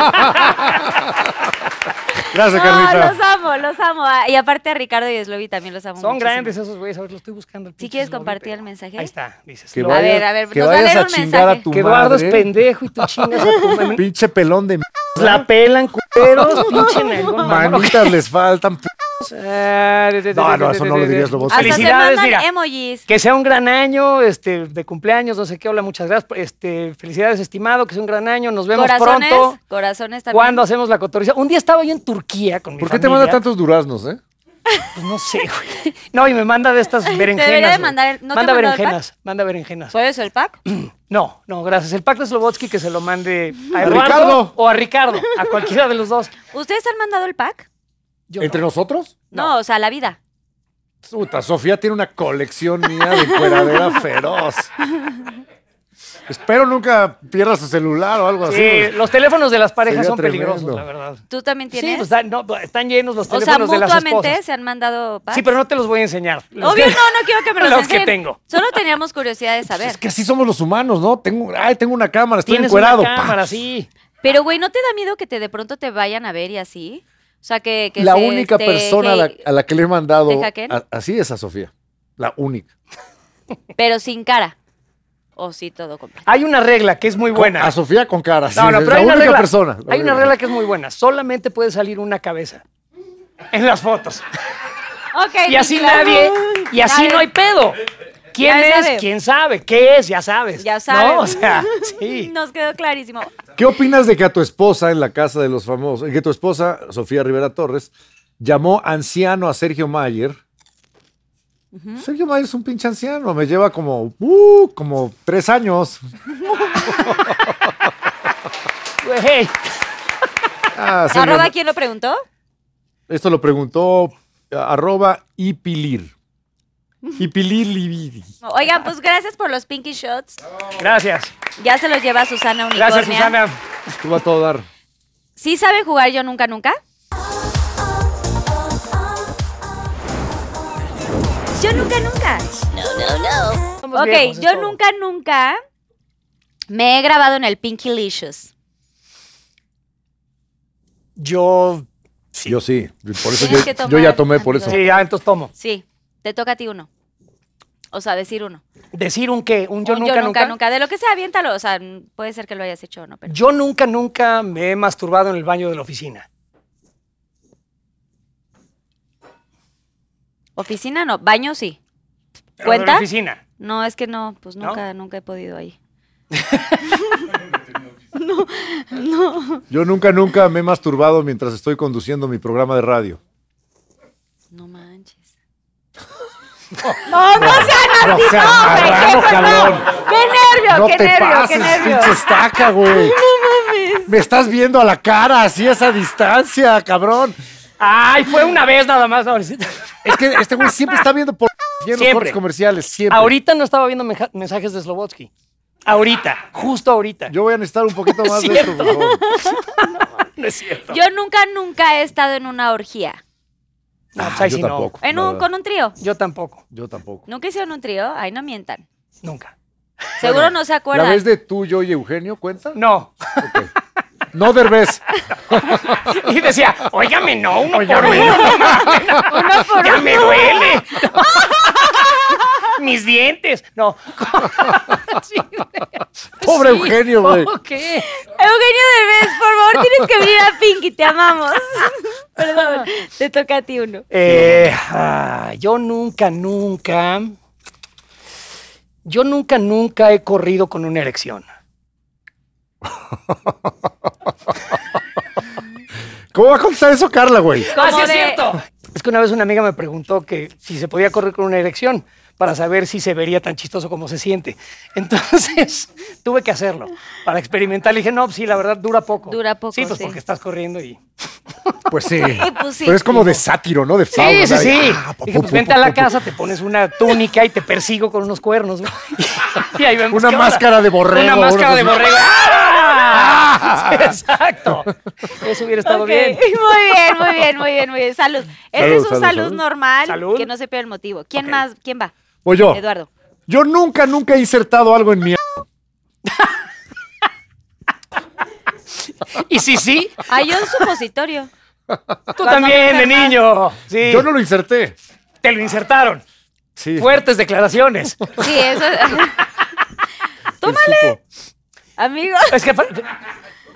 no,
Gracias, Carlita.
los amo, los amo. Ah, Y aparte a Ricardo y a Slobi también los amo
Son
muchísimo.
grandes esos güeyes. A ver, lo estoy buscando. el
¿Sí
pinche
quieres
Slobo,
compartir
pero-
el mensaje?
Ahí está. Dices.
Que
Slobo.
vaya-
vayas-
ver, a ver,
que
nos va a
vayas
leer
a,
un
chingar
mensaje.
a tu
que Eduardo es
madre.
pendejo ¿eh? y tú chingas a tu madre.
Pinche pelón de m-
La pelan, culeros, pinche nalgón, mamón.
manitas les faltan. p-
Ah, de- de- de-
No, no,
de-
eso
de-
no lo
de- de-
dirías, lo vos.
Hasta se
Felicidades,
mandan
mira.
emojis.
Que sea un gran año, este, de cumpleaños, no sé qué, hola, muchas gracias. Este, felicidades, estimado, que sea un gran año, nos vemos
Corazones,
pronto.
corazones también.
¿Cuándo hacemos la cotoriza? Un día estaba yo en Turquía con mi
¿Por qué te
familia,
manda tantos duraznos, eh?
Pues no sé, güey. No, y me manda de estas berenjenas.
debería de
güey.
mandar el- ¿no te
manda
mandó el pack?
berenjenas, manda berenjenas.
¿Puedes el pack?
No, no, gracias. El pack de Slobotsky que se lo mande a,
¿A
Eduardo
Ricardo?
o a Ricardo, a cualquiera de los dos.
¿Ustedes han mandado el pack?
Yo
¿Entre
no.
nosotros?
No, o sea, la vida.
Puta, Sofía tiene una colección mía de cueradera feroz. Espero nunca pierda su celular o algo así.
Sí, los teléfonos de las parejas
Sería
son peligrosos,
tremendo.
la verdad.
¿Tú también tienes?
Sí, pues, están, no, están llenos los
o sea,
teléfonos de las esposas.
mutuamente se han mandado packs.
Sí, pero no te los voy a enseñar. Los
Obvio,
que-
no, no quiero que me los,
los que
enseñen.
tengo. Pues
Solo teníamos curiosidad de saber.
Pues Es que así somos los humanos, ¿no? Tengo, ay, tengo una cámara, estoy
Tienes
encuerado.
una
¡Pah!
cámara, sí.
Pero, güey, ¿no te da miedo que te de pronto te vayan a ver y así? O sea, que... que
la
se-
única
te-
persona a la,
que-
a la que le he mandado
¿Te hackeen?
a- así es a Sofía. La única.
Pero sin cara. O sí, todo completo.
Hay una regla que es muy buena.
A Sofía con cara. sí,
No, no,
es
pero hay
la
una
única
regla.
persona.
Hay una regla que es muy buena. Solamente puede salir una cabeza en las fotos.
Ok,
Y así
Nicolás.
nadie, y así
Ya
no hay
ves.
pedo. ¿Quién
Ya
es?
sabe.
¿Quién sabe? ¿Qué es? Ya sabes.
Ya sabes.
No, o sea, sí.
Nos quedó clarísimo.
¿Qué opinas de que a tu esposa en la casa de los famosos, que tu esposa, Sofía Rivera Torres, llamó anciano a Sergio Mayer? Sergio Mayer es un pinche anciano, me lleva como, uh, como tres años.
Güey,
Ah, Sergio,
¿Arroba quién lo preguntó?
Esto lo preguntó ah, arroba ipilir. Ipilir Lividi.
Oigan, pues gracias por los pinky shots.
gracias.
Ya se los lleva Susana Unicornia.
Gracias, Susana.
Tú va a todo dar.
¿Sí saben jugar yo nunca nunca? Yo nunca nunca.
Somos
Ok,
viejos, es
yo
todo.
nunca nunca me he grabado en el Pinky Licious.
Yo.
Yo sí. Por eso yo,
Tienes que tomar
yo ya tomé por eso.
antidote.
Sí, ya, entonces tomo.
Sí, te toca a ti uno. O sea, decir uno.
Decir un qué, un yo
Un
nunca, nunca,
De lo que sea, aviéntalo. O sea, n- puede ser que lo hayas hecho o no, pero.
Yo nunca, nunca me he masturbado en el baño de la oficina.
Oficina no, baño sí.
Pero de
¿Cuenta?
la oficina.
No, es que no, pues
¿No?
nunca, nunca he podido ahí.
Yo nunca, nunca me he masturbado mientras estoy conduciendo mi programa de radio.
No manches. no, no sean
No
así,
seas
no, hombre,
marrano,
qué
cabrón.
horror. Qué nervio,
No
qué
te
nervio,
pases,
qué nervio.
pinche estaca, güey. Me estás viendo a la cara, así a esa distancia, cabrón.
Ay, fue una vez nada más. no, ahorita-
Es que este güey siempre está viendo por bien los
Siempre.
cortes comerciales, siempre.
Ahorita no estaba viendo menja- mensajes de Slobotsky. Ahorita, justo ahorita.
Yo voy a necesitar un poquito más de esto, por favor.
No es cierto.
Yo nunca, nunca he estado en una orgía.
no, pues
Ah,
ahí
yo
sí no.
tampoco.
En
la
un,
verdad.
con un trío.
Yo tampoco.
Yo tampoco.
¿Nunca hicieron un trío? Ay, no mientan.
Nunca.
Seguro no se acuerdan.
¿La vez de tú, yo y Eugenio cuenta?
No.
Ok. No, Derbez.
Y decía, óigame, no, uno por uno.
Uno por
¡Ya
uno.
me duele! ¡Mis dientes! No. Sí,
Pobre
sí.
Eugenio, güey.
¿Cómo qué?
Eugenio Derbez, por favor, tienes que venir a Pinky, te amamos. Perdón, te toca a ti uno.
Eh, ah, yo nunca, nunca. Yo nunca, nunca he corrido con una erección.
¿Cómo va a contestar eso, Carla, güey?
Como
Ah, sí, es
de-
cierto. Es que una vez una amiga me preguntó que si se podía correr con una erección para saber si se vería tan chistoso como se siente. Entonces tuve que hacerlo para experimentar. Le dije, no, pues sí, la verdad dura poco.
Dura poco,
Sí, pues
sí.
porque estás corriendo y.
Pues sí.
pues sí.
Pero es como de sátiro, ¿no? De fauna.
Sí, sí,
de-
sí.
Ah, pu-
Dije,
pu-
pues
pu-
vente a la
pu- pu-
casa, te pones una túnica y te persigo con unos cuernos. güey. Y ahí vemos
Una
qué onda.
máscara de borrego.
Una máscara
una
de
cosa así.
borrego. ¡Ah! Sí, Exacto. Eso hubiera estado
Ok,
bien.
Muy bien, muy bien, muy bien, muy bien. Salud. Este
Salud,
es un salud,
salud, salud.
normal,
Salud.
que no se pierda el motivo. ¿Quién más? ¿Quién va?
Voy yo.
Eduardo.
Yo nunca, nunca he insertado algo en mi...
Y sí, sí,
Ay, yo un supositorio.
tú también, de niño. Sí.
Yo no lo inserté.
Te lo insertaron.
Sí.
Fuertes declaraciones.
Sí, eso es.
¡Tómale!
Amigo,
Es que fa-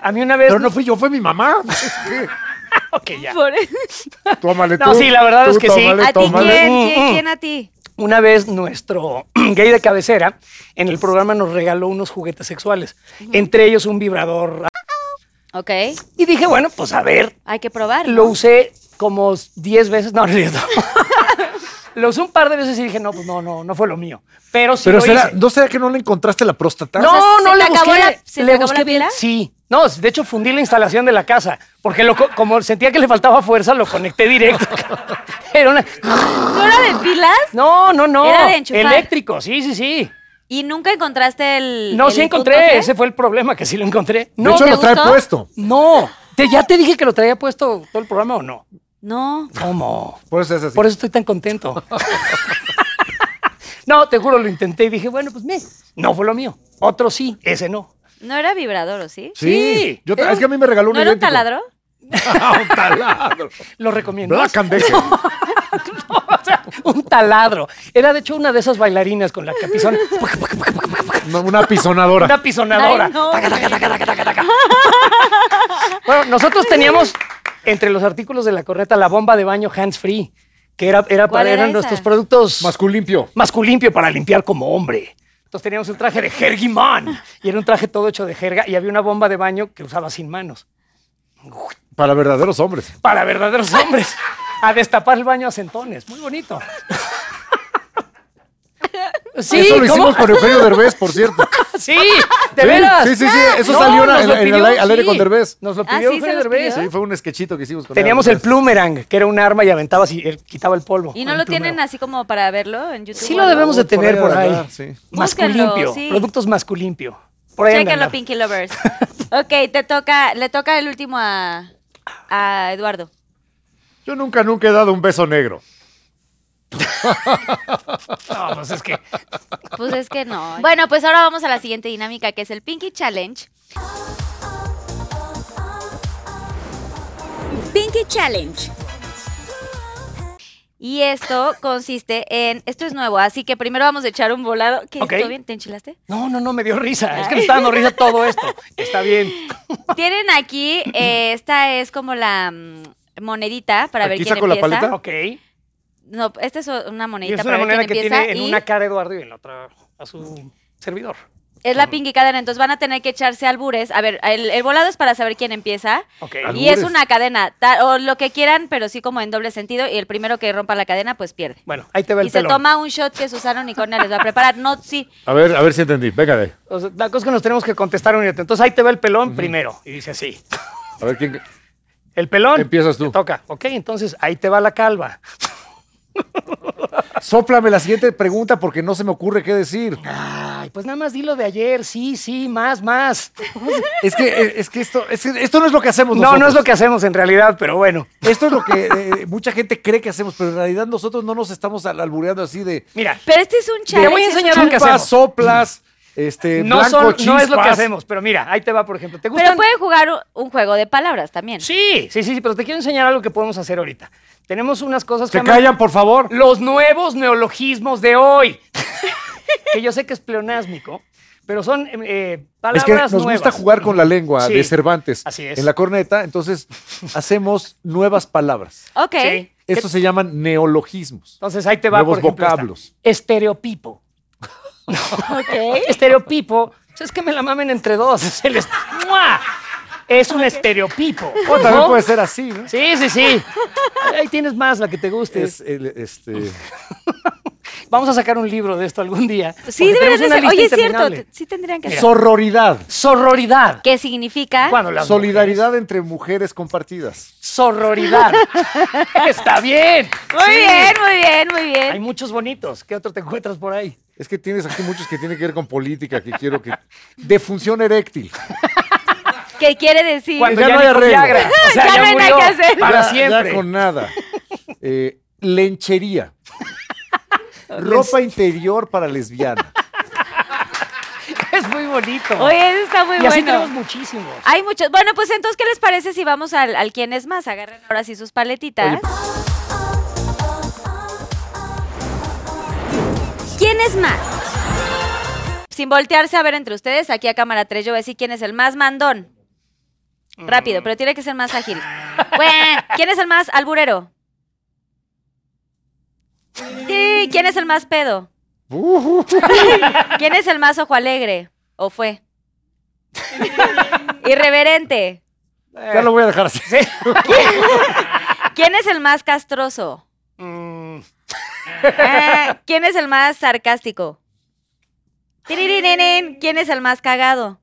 a mí una vez.
Pero no fui yo, fue mi mamá. ¿Qué?
Ok, ya.
por eso.
Tómale tú.
No, sí, la verdad
tú,
es que sí.
tómale,
¿A ti
tómale.
quién?
Mm,
¿Quién,
mm.
quién a ti?
Una vez nuestro gay de cabecera en el programa nos regaló unos juguetes sexuales, entre ellos un vibrador.
Ok.
Y dije, bueno, pues a ver,
Hay que probarlo.
lo usé como 10 veces. No, no es cierto. lo usé un par de veces y dije, no, pues no, no, no fue lo mío. Pero sí
Pero
lo
será,
hice.
¿no será que no le encontraste la próstata?
No,
O sea, ¿se
no
te
le
acabó
busqué.
la- se te
le
acabó
busqué
la
bien.
pila?
Sí. No, de hecho fundí la instalación de la casa, porque lo co- como sentía que le faltaba fuerza, lo conecté directo. Era una...
¿No era de pilas?
No, no, no.
Era de enchufar.
Eléctrico, sí, sí, sí.
¿Y nunca encontraste el.
No,
el
sí
punto
encontré.
G?
Ese fue el problema, que sí lo encontré.
De
No,
hecho,
¿te
lo trae
gustó?
puesto.
no. Te- ya te dije que lo traía puesto todo el programa o no.
No.
¿Cómo?
Por eso es así.
Por eso estoy tan contento. no, te juro, lo intenté y dije, bueno, pues me. No fue lo mío. Otro sí, ese no.
¿No era vibrador o sí?
sí. Eh,
Yo tra-
Era
es que a mí me regaló un
¿No era un
idéntico.
taladro?
Ah, un taladro.
Lo recomiendo.
Black and Decker.
O sea, un taladro. Era de hecho una de esas bailarinas con la capizón.
No, Una pisonadora.
Una pisonadora.
Ay, no,
Taca, taca, taca, taca, taca, taca. Bueno, nosotros teníamos entre los artículos de la corneta la bomba de baño hands free, que era, era
¿Cuál
para
era
eran
esa?
nuestros productos
Masculín limpio.
masculimpio para limpiar como hombre. Entonces teníamos el traje de Hergiman y era un traje todo hecho de jerga y había una bomba de baño que usaba sin manos.
Para verdaderos hombres.
Para verdaderos hombres. A destapar el baño a centones. Muy bonito. Sí,
Eso lo hicimos
¿cómo?
con Eugenio Derbez, por cierto.
Sí, de
Sí,
veras. Ah,
sí, sí, sí, eso
No,
salió en-
nos lo
en- en
pidió,
al aire con Derbez.
Nos lo
Ah,
pidió
sí,
Eugenio
se los
Derbez.
pidió.
Sí, fue un sketchito que hicimos con
Teníamos el
plum.
plumerang, que era un arma y aventabas y él quitaba el polvo.
¿Y no lo tienen así como para verlo en YouTube?
Sí lo debemos de
Por ahí
tener por
debe
ahí.
andar, sí.
Masculimpio,
Búsquenlo, sí.
productos masculimpio. Por ahí andan,
Chéquenlo,
¿no?
Pinky Lovers. ok, te toca, le toca el último a, a Eduardo.
Yo nunca, nunca he dado un beso negro.
No, pues es que
Pues es que no. Bueno, pues ahora vamos a la siguiente dinámica, que es el Pinky Challenge.
Pinky Challenge.
Y esto consiste en, esto es nuevo, así que primero vamos a echar un volado. ¿Qué?
Ok.
¿Todo bien? ¿Te enchilaste?
No, no, no, me dio risa. Es que me está dando risa todo esto. Está bien.
Tienen aquí, eh, esta es como la mm, monedita para ver
¿Aquí
quién
saco la
empieza.
paleta?
Ok. Y
No, esta es una monedita
es una
Ah. para ver
moneda que
quién empieza.
tiene en
y
una cara Eduardo y en la otra a su servidor.
es la Pinky cadena, entonces van a tener que echarse albures. A ver, el, el volado es para saber quién empieza.
Ok.
Y es
Albures.
una cadena, ta- o lo que quieran, pero sí como en doble sentido. Y el primero que rompa la cadena, pues pierde.
Bueno, ahí te va el
Y se
pelón.
toma un shot que Susana Unicornia les va a preparar. No, sí.
A ver, a ver si entendí. Venga de ahí.
O sea, la cosa es que nos tenemos que contestar un minuto. Entonces ahí te va el pelón primero. Y dice así.
A ver quién.
El pelón.
Empiezas tú.
Te toca. Ok, entonces ahí te va la calva.
Sóplame la siguiente pregunta porque no se me ocurre qué decir.
Ah, Ay, pues nada más dilo de ayer, sí, sí, más, más.
Es que, eh, es que esto, es que esto no es lo que hacemos
No,
Pues nosotros.
no es lo que hacemos en realidad, pero bueno.
Esto es lo que eh, mucha gente cree que hacemos, pero en realidad nosotros no nos estamos al- albureando así de...
Mira,
Pero este es un challenge.
voy a
es un
enseñar lo
challenge.
que
Chupas,
hacemos.
soplas, este,
no,
blanco,
son- no es lo que
chispas.
hacemos, pero mira, ahí te va, por ejemplo. ¿Te
Pero
gustan?
puede jugar u- un juego de palabras también.
Sí, sí, sí, sí, pero te quiero enseñar algo que podemos hacer ahorita. Tenemos unas cosas que
Se
llaman
callan, por favor.
los nuevos neologismos de hoy. que yo sé que es pleonásmico, pero son eh, eh,
Es
palabras
que nos gusta
nuevas.
jugar con la lengua
Sí,
de Cervantes.
así es.
En la corneta, entonces hacemos nuevas palabras.
Ok.
Sí.
Estos se llaman neologismos.
Entonces ahí te va,
Nuevos
por ejemplo, esta.
vocablos.
Estereopipo. Estereopipo. pues es que me la mamen entre dos. Es, el est- ¡Mua! Es un estereopipo.
O también
¿no?
puede ser así, ¿no?
Sí, sí, sí. Ahí tienes más, la que te guste.
Es el, este,
Vamos a sacar un libro de esto algún día.
Sí,
porque
deberían
tenemos
de
una
ser.
lista
Oye, es cierto.
interminable.
t- Sí tendrían que ser.
sororidad.
Sorroridad.
¿Qué significa?
Cuando las
Solidaridad entre mujeres compartidas.
mujeres- Sorroridad. Está bien.
Muy
Sí.
bien, muy bien, muy
Hay
bien.
muchos bonitos. ¿Qué otro te encuentras por ahí?
Es que tienes aquí muchos que tienen que ver con política, que quiero que... Defunción eréctil.
¿Qué quiere decir?
Cuando
ya
ya,
no hay
ni con
arreglo.
Viagra. O sea,
Ya
ya,
no hay nada
murió
que hacer.
Para
Ya- ya
siempre.
con nada. Eh, lenchería. Ropa interior para lesbiana.
Es muy bonito.
Oye, eso está muy
y
bueno.
así tenemos muchísimos.
Hay muchos. Bueno, pues entonces, ¿qué les parece si vamos al, al quién es más? Agarren ahora sí sus paletitas.
¿Quién es más?
Sin voltearse a ver entre ustedes, aquí a cámara 3 yo voy a decir quién es el más mandón.
Mm.
Rápido, pero tiene que ser más ágil. Güey, ¿Quién es el más alburero? Sí, ¿Quién es el más pedo?
Ujú.
Eh,
¿Quién es el más ojo alegre? ¿O fue? Irreverente.
Ya lo voy a dejar así.
¿Quién es el más castroso?
Mm,
Ah, ¿Quién es el más sarcástico? Tiriririrín. ¿Quién es el más cagado?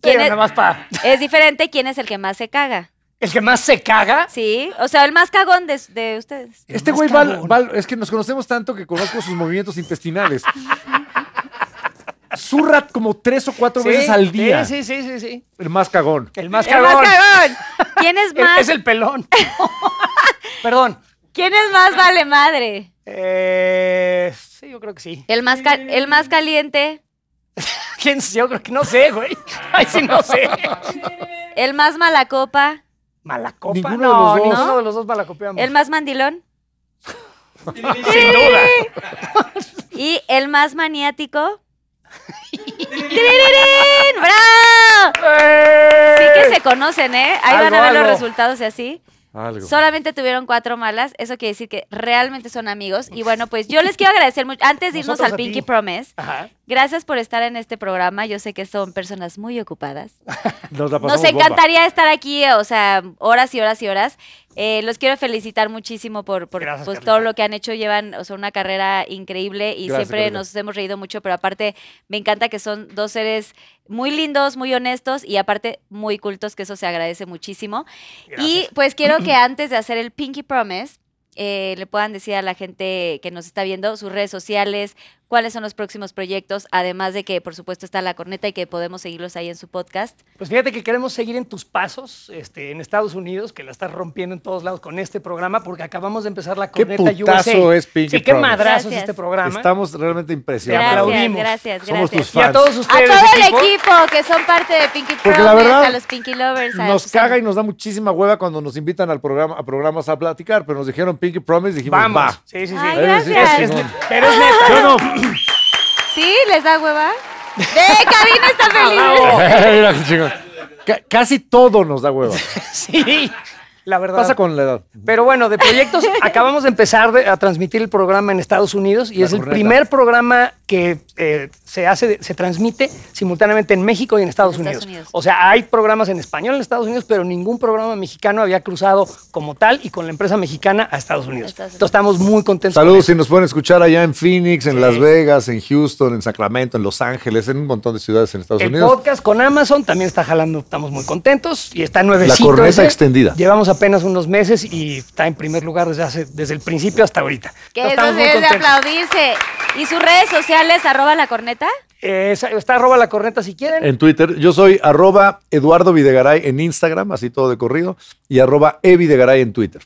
pero
¿Quién es,
nada más para.
es diferente quién es el que más se caga.
El que más se caga.
¿Sí? O sea, el más cagón de, de ustedes.
Este
más
güey va, al-
cabrón.
va al- Es que nos conocemos tanto que conozco sus movimientos intestinales. Zurra como tres o cuatro veces
Sí,
al día.
Sí, sí, sí, sí, sí.
El más cagón.
El más
¡El
cagón.
más cagón! ¿Quién es
El-
más,
Es el pelón. Perdón.
¿quién es más vale madre?
Eh, sí, yo creo que sí.
¿El más, ca- el más caliente?
¿Quién? Yo creo que no sé, güey. Ay, sí, no sé.
¿El más mala copa?
Malacopa.
Ninguno de
no,
los dos.
ninguno de los dos malacopeamos.
¿El más mandilón?
Sin duda.
¿Y el más maniático? ¡Tiriririrín! ¡Bravo!
¡Eh!
Sí que se conocen, ¿eh? Ahí van a
Algo,
ver los
algo.
resultados y así.
Algo.
Solamente tuvieron cuatro malas, eso quiere decir que realmente son amigos. Y bueno, pues yo les quiero agradecer mucho. Antes de irnos
Nosotros
al
a ti.
Pinky Promise,
Ajá.
gracias por estar en este programa. Yo sé que son personas muy ocupadas.
Nos la
Nos
pasamos bomba.
encantaría estar aquí, eh, o sea, horas y horas y horas. Eh, los quiero felicitar muchísimo por, por,
Gracias,
pues,
Carlita.
todo lo que han hecho. Llevan o sea, una carrera increíble y
Gracias,
siempre
Carlita.
nos hemos reído mucho, pero aparte me encanta que son dos seres muy lindos, muy honestos y aparte muy cultos, que eso se agradece muchísimo. Y pues quiero que antes de hacer el Pinky Promise, eh, le puedan decir a la gente que nos está viendo sus redes sociales, cuáles son los próximos proyectos, además de que por supuesto está La Corneta y que podemos seguirlos ahí en su podcast.
Pues fíjate que queremos seguir en tus pasos este, en Estados Unidos, que la estás rompiendo en todos lados con este programa, porque acabamos de empezar la
Qué
corneta USA.
putazo es Pinky
Sí, qué
Promise.
madrazo es
Gracias.
este programa.
Estamos realmente impresionados.
Te
Gracias,
aplaudimos.
gracias,
Somos tus
gracias.
y a
fans.
todos
A
ustedes.
todo el equipo que son parte de Pinky
Porque
Promise,
la verdad,
a los Pinky Lovers. a-
Nos caga y nos da muchísima hueva cuando nos invitan al programa, a programas a platicar, pero nos dijeron Pinky Promise y dijimos,
Vamos.
va.
Sí, sí, sí.
Ay,
Debe decir,
gracias.
Es-
"Chingón".
es- pero es neta.
Yo no.
¿Sí? ¿Les da hueva? ¡De cabina está feliz!
Bravo.
Mira qué chingón. Ca- Casi todo nos da hueva.
Sí, la verdad.
Pasa con la edad.
Pero bueno, de proyectos, acabamos de empezar de- a transmitir el programa en Estados Unidos y
La
es el
corneta.
primer programa que eh, se hace, se transmite simultáneamente en México y en Estados,
En Estados
Unidos.
Unidos.
O sea, hay programas en español en Estados Unidos, pero ningún programa mexicano había cruzado como tal y con la empresa mexicana a Estados Unidos.
Estados Unidos.
Entonces estamos muy contentos. con
Saludos si nos pueden escuchar allá en Phoenix, en Las Vegas, en Houston, en Sacramento, en Los Ángeles, en un montón de ciudades en Estados
El
Unidos.
podcast con Amazon también está jalando, estamos muy contentos y está nuevecito.
corneta
ese.
extendida.
Llevamos apenas unos meses y está en primer lugar desde, hace- desde el principio hasta ahorita.
Que eso
Entonces, estamos
sí
muy
es de
contentos.
aplaudirse. Y sus redes sociales, arroba la corneta.
Eh, esa- está arroba la corneta si quieren.
En Twitter, yo soy arroba Eduardo Videgaray en Instagram, así todo de corrido, y arroba Evidegaray en Twitter.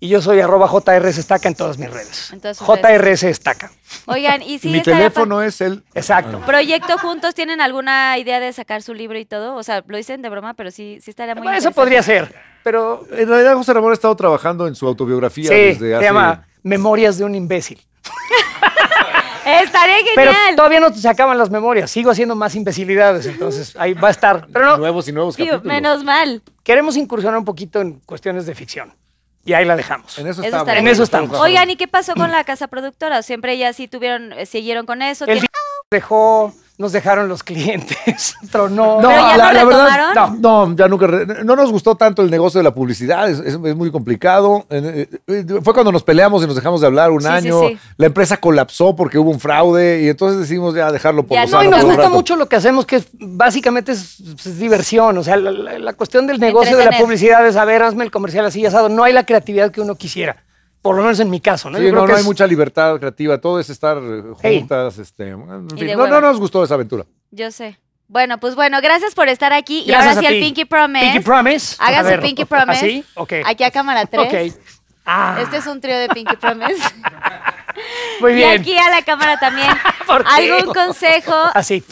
Y yo soy arroba JRS Estaca en todas mis redes.
En todas sus
JRS Estaca.
Oigan, y si
Mi
estaría
teléfono es el...
Exacto.
pa- Proyecto Juntos, ¿tienen alguna idea de sacar su libro y todo? O sea, lo dicen de broma, pero sí, sí estaría muy
Bueno, eso
interesante.
podría ser. Pero
Ah. En realidad José Ramón ha estado trabajando en su autobiografía
sí,
desde
se
hace...
llama Memorias de un imbécil.
Estaría
Pero
genial.
todavía no se acaban las memorias. Sigo haciendo más imbecilidades, entonces ahí va a estar. Pero no,
Nuevos y nuevos
Digo,
capítulos.
menos mal.
queremos incursionar un poquito en cuestiones de ficción. Y ahí la dejamos.
En
Eso
eso, estamos.
estaría
En eso estamos.
Oigan, ¿y qué pasó con la casa productora? Siempre ya sí tuvieron, eh, siguieron con eso.
El
¿Tienen-
dejó, nos dejaron los clientes, tronó.
No,
¿Pero ya
la,
no
la verdad,
retomaron?
no, no, ya nunca. re- No nos gustó tanto el negocio de la publicidad, es, es- es muy complicado. Eh, eh, eh, Fue cuando nos peleamos y nos dejamos de hablar un
Sí, sí,
año.
sí.
La empresa colapsó porque hubo un fraude y entonces decidimos ya dejarlo por
Ya
lo
no,
No, y
sano
nos
por un
gusta
rato.
mucho lo que hacemos, que es- básicamente es, es diversión. O sea, la, la- la cuestión del negocio de la
Entretener.
publicidad es, a ver, hazme el comercial así y asado. No hay la creatividad que uno quisiera. Por lo menos en mi caso, ¿no?
Sí,
Yo creo
no,
que
no hay
es-
mucha libertad creativa, todo es estar eh,
Hey.
juntas. Este, en fin,
de
no, no
hueva.
nos gustó esa aventura.
Yo sé. Bueno, pues bueno, gracias por estar aquí. Y
Gracias
ahora sí el
a ti.
Pinky Promise.
Pinky Promise.
Hagan
A
su
ver,
Pinky Promise.
¿así? Ok.
Aquí a cámara 3.
Ok. Ah,
Este es un trío de Pinky Promise.
muy
y
bien.
aquí a la cámara también.
¿Por qué?
¿Algún consejo?
Así.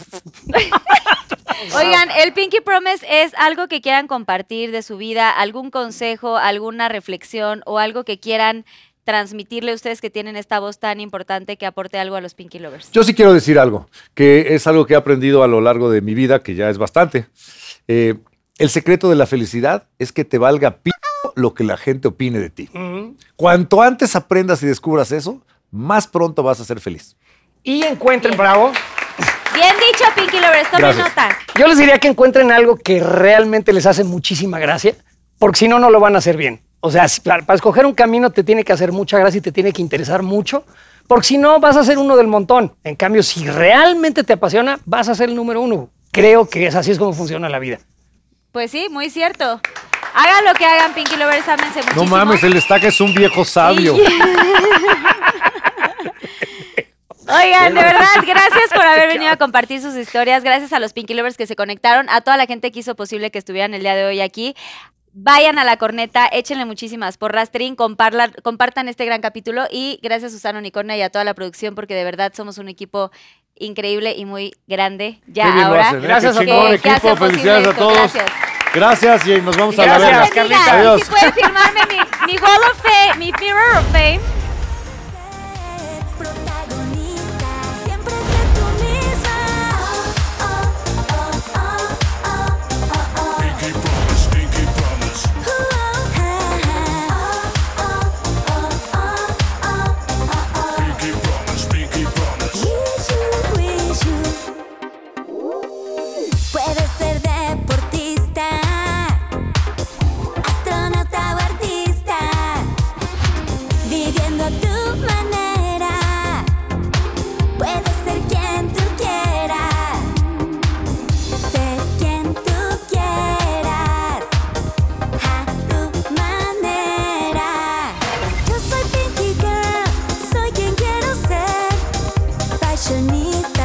Oigan, el Pinky Promise es algo que quieran compartir de su vida, algún consejo, alguna reflexión o algo que quieran transmitirle a ustedes que tienen esta voz tan importante que aporte algo a los Pinky Lovers.
Yo sí quiero decir algo, que es algo que he aprendido a lo largo de mi vida, que ya es bastante. Eh, el secreto de la felicidad es que te valga p lo que la gente opine de ti.
Mm.
Cuanto antes aprendas y descubras eso, más pronto vas a ser feliz.
Y encuentren, bravo.
Bien dicho, Pinky Lovers, tomen
Gracias.
nota.
Yo les diría que encuentren algo que realmente les hace muchísima gracia, porque si no, no lo van a hacer bien. O sea, si- para, para escoger un camino te tiene que hacer mucha gracia y te tiene que interesar mucho, porque si no, vas a ser uno del montón. En cambio, si realmente te apasiona, vas a ser el número uno. Creo que es así es como funciona la vida.
Pues sí, muy cierto. Hagan lo que hagan, Pinky Lovers, ámense muchísimo.
No mames, el estaca es un viejo sabio.
Oigan, de verdad, gracias por haber venido a compartir sus historias. Gracias a los Pinky Lovers que se conectaron, a toda la gente que hizo posible que estuvieran el día de hoy aquí. Vayan a la corneta, échenle muchísimas porras, Trin, comparla- compartan este gran capítulo y gracias a Susana Unicornia y a toda la producción porque de verdad somos un equipo increíble y muy grande. Ya
Qué bien lo
ahora.
hacen, ¿eh? Qué
Gracias a
que-
chingón
que
equipo,
hacen posible
felicidades a
esto.
todos.
Gracias.
Gracias, Jane. Nos vamos a la
Gracias,
verga.
Gracias, Carlita.
Carlita.
Adiós.
Si puedes firmarme mi, mi Hall of Fame, mi Mirror of Fame.
Protagonista, siempre sé tú misma. Oh, oh, oh, oh, oh, oh, oh.
Pinky Promise, Pinky Promise.
Uh, oh,
Pinky Promise, Pinky Promise.
oh, oh, oh, oh. Puedes ser deportista, astronauta o artista, viviendo a tu manera. Puedes ser quien tú quieras, ser quien tú quieras, a tu manera. Yo soy Pinky Girl, soy quien quiero ser. Fashionista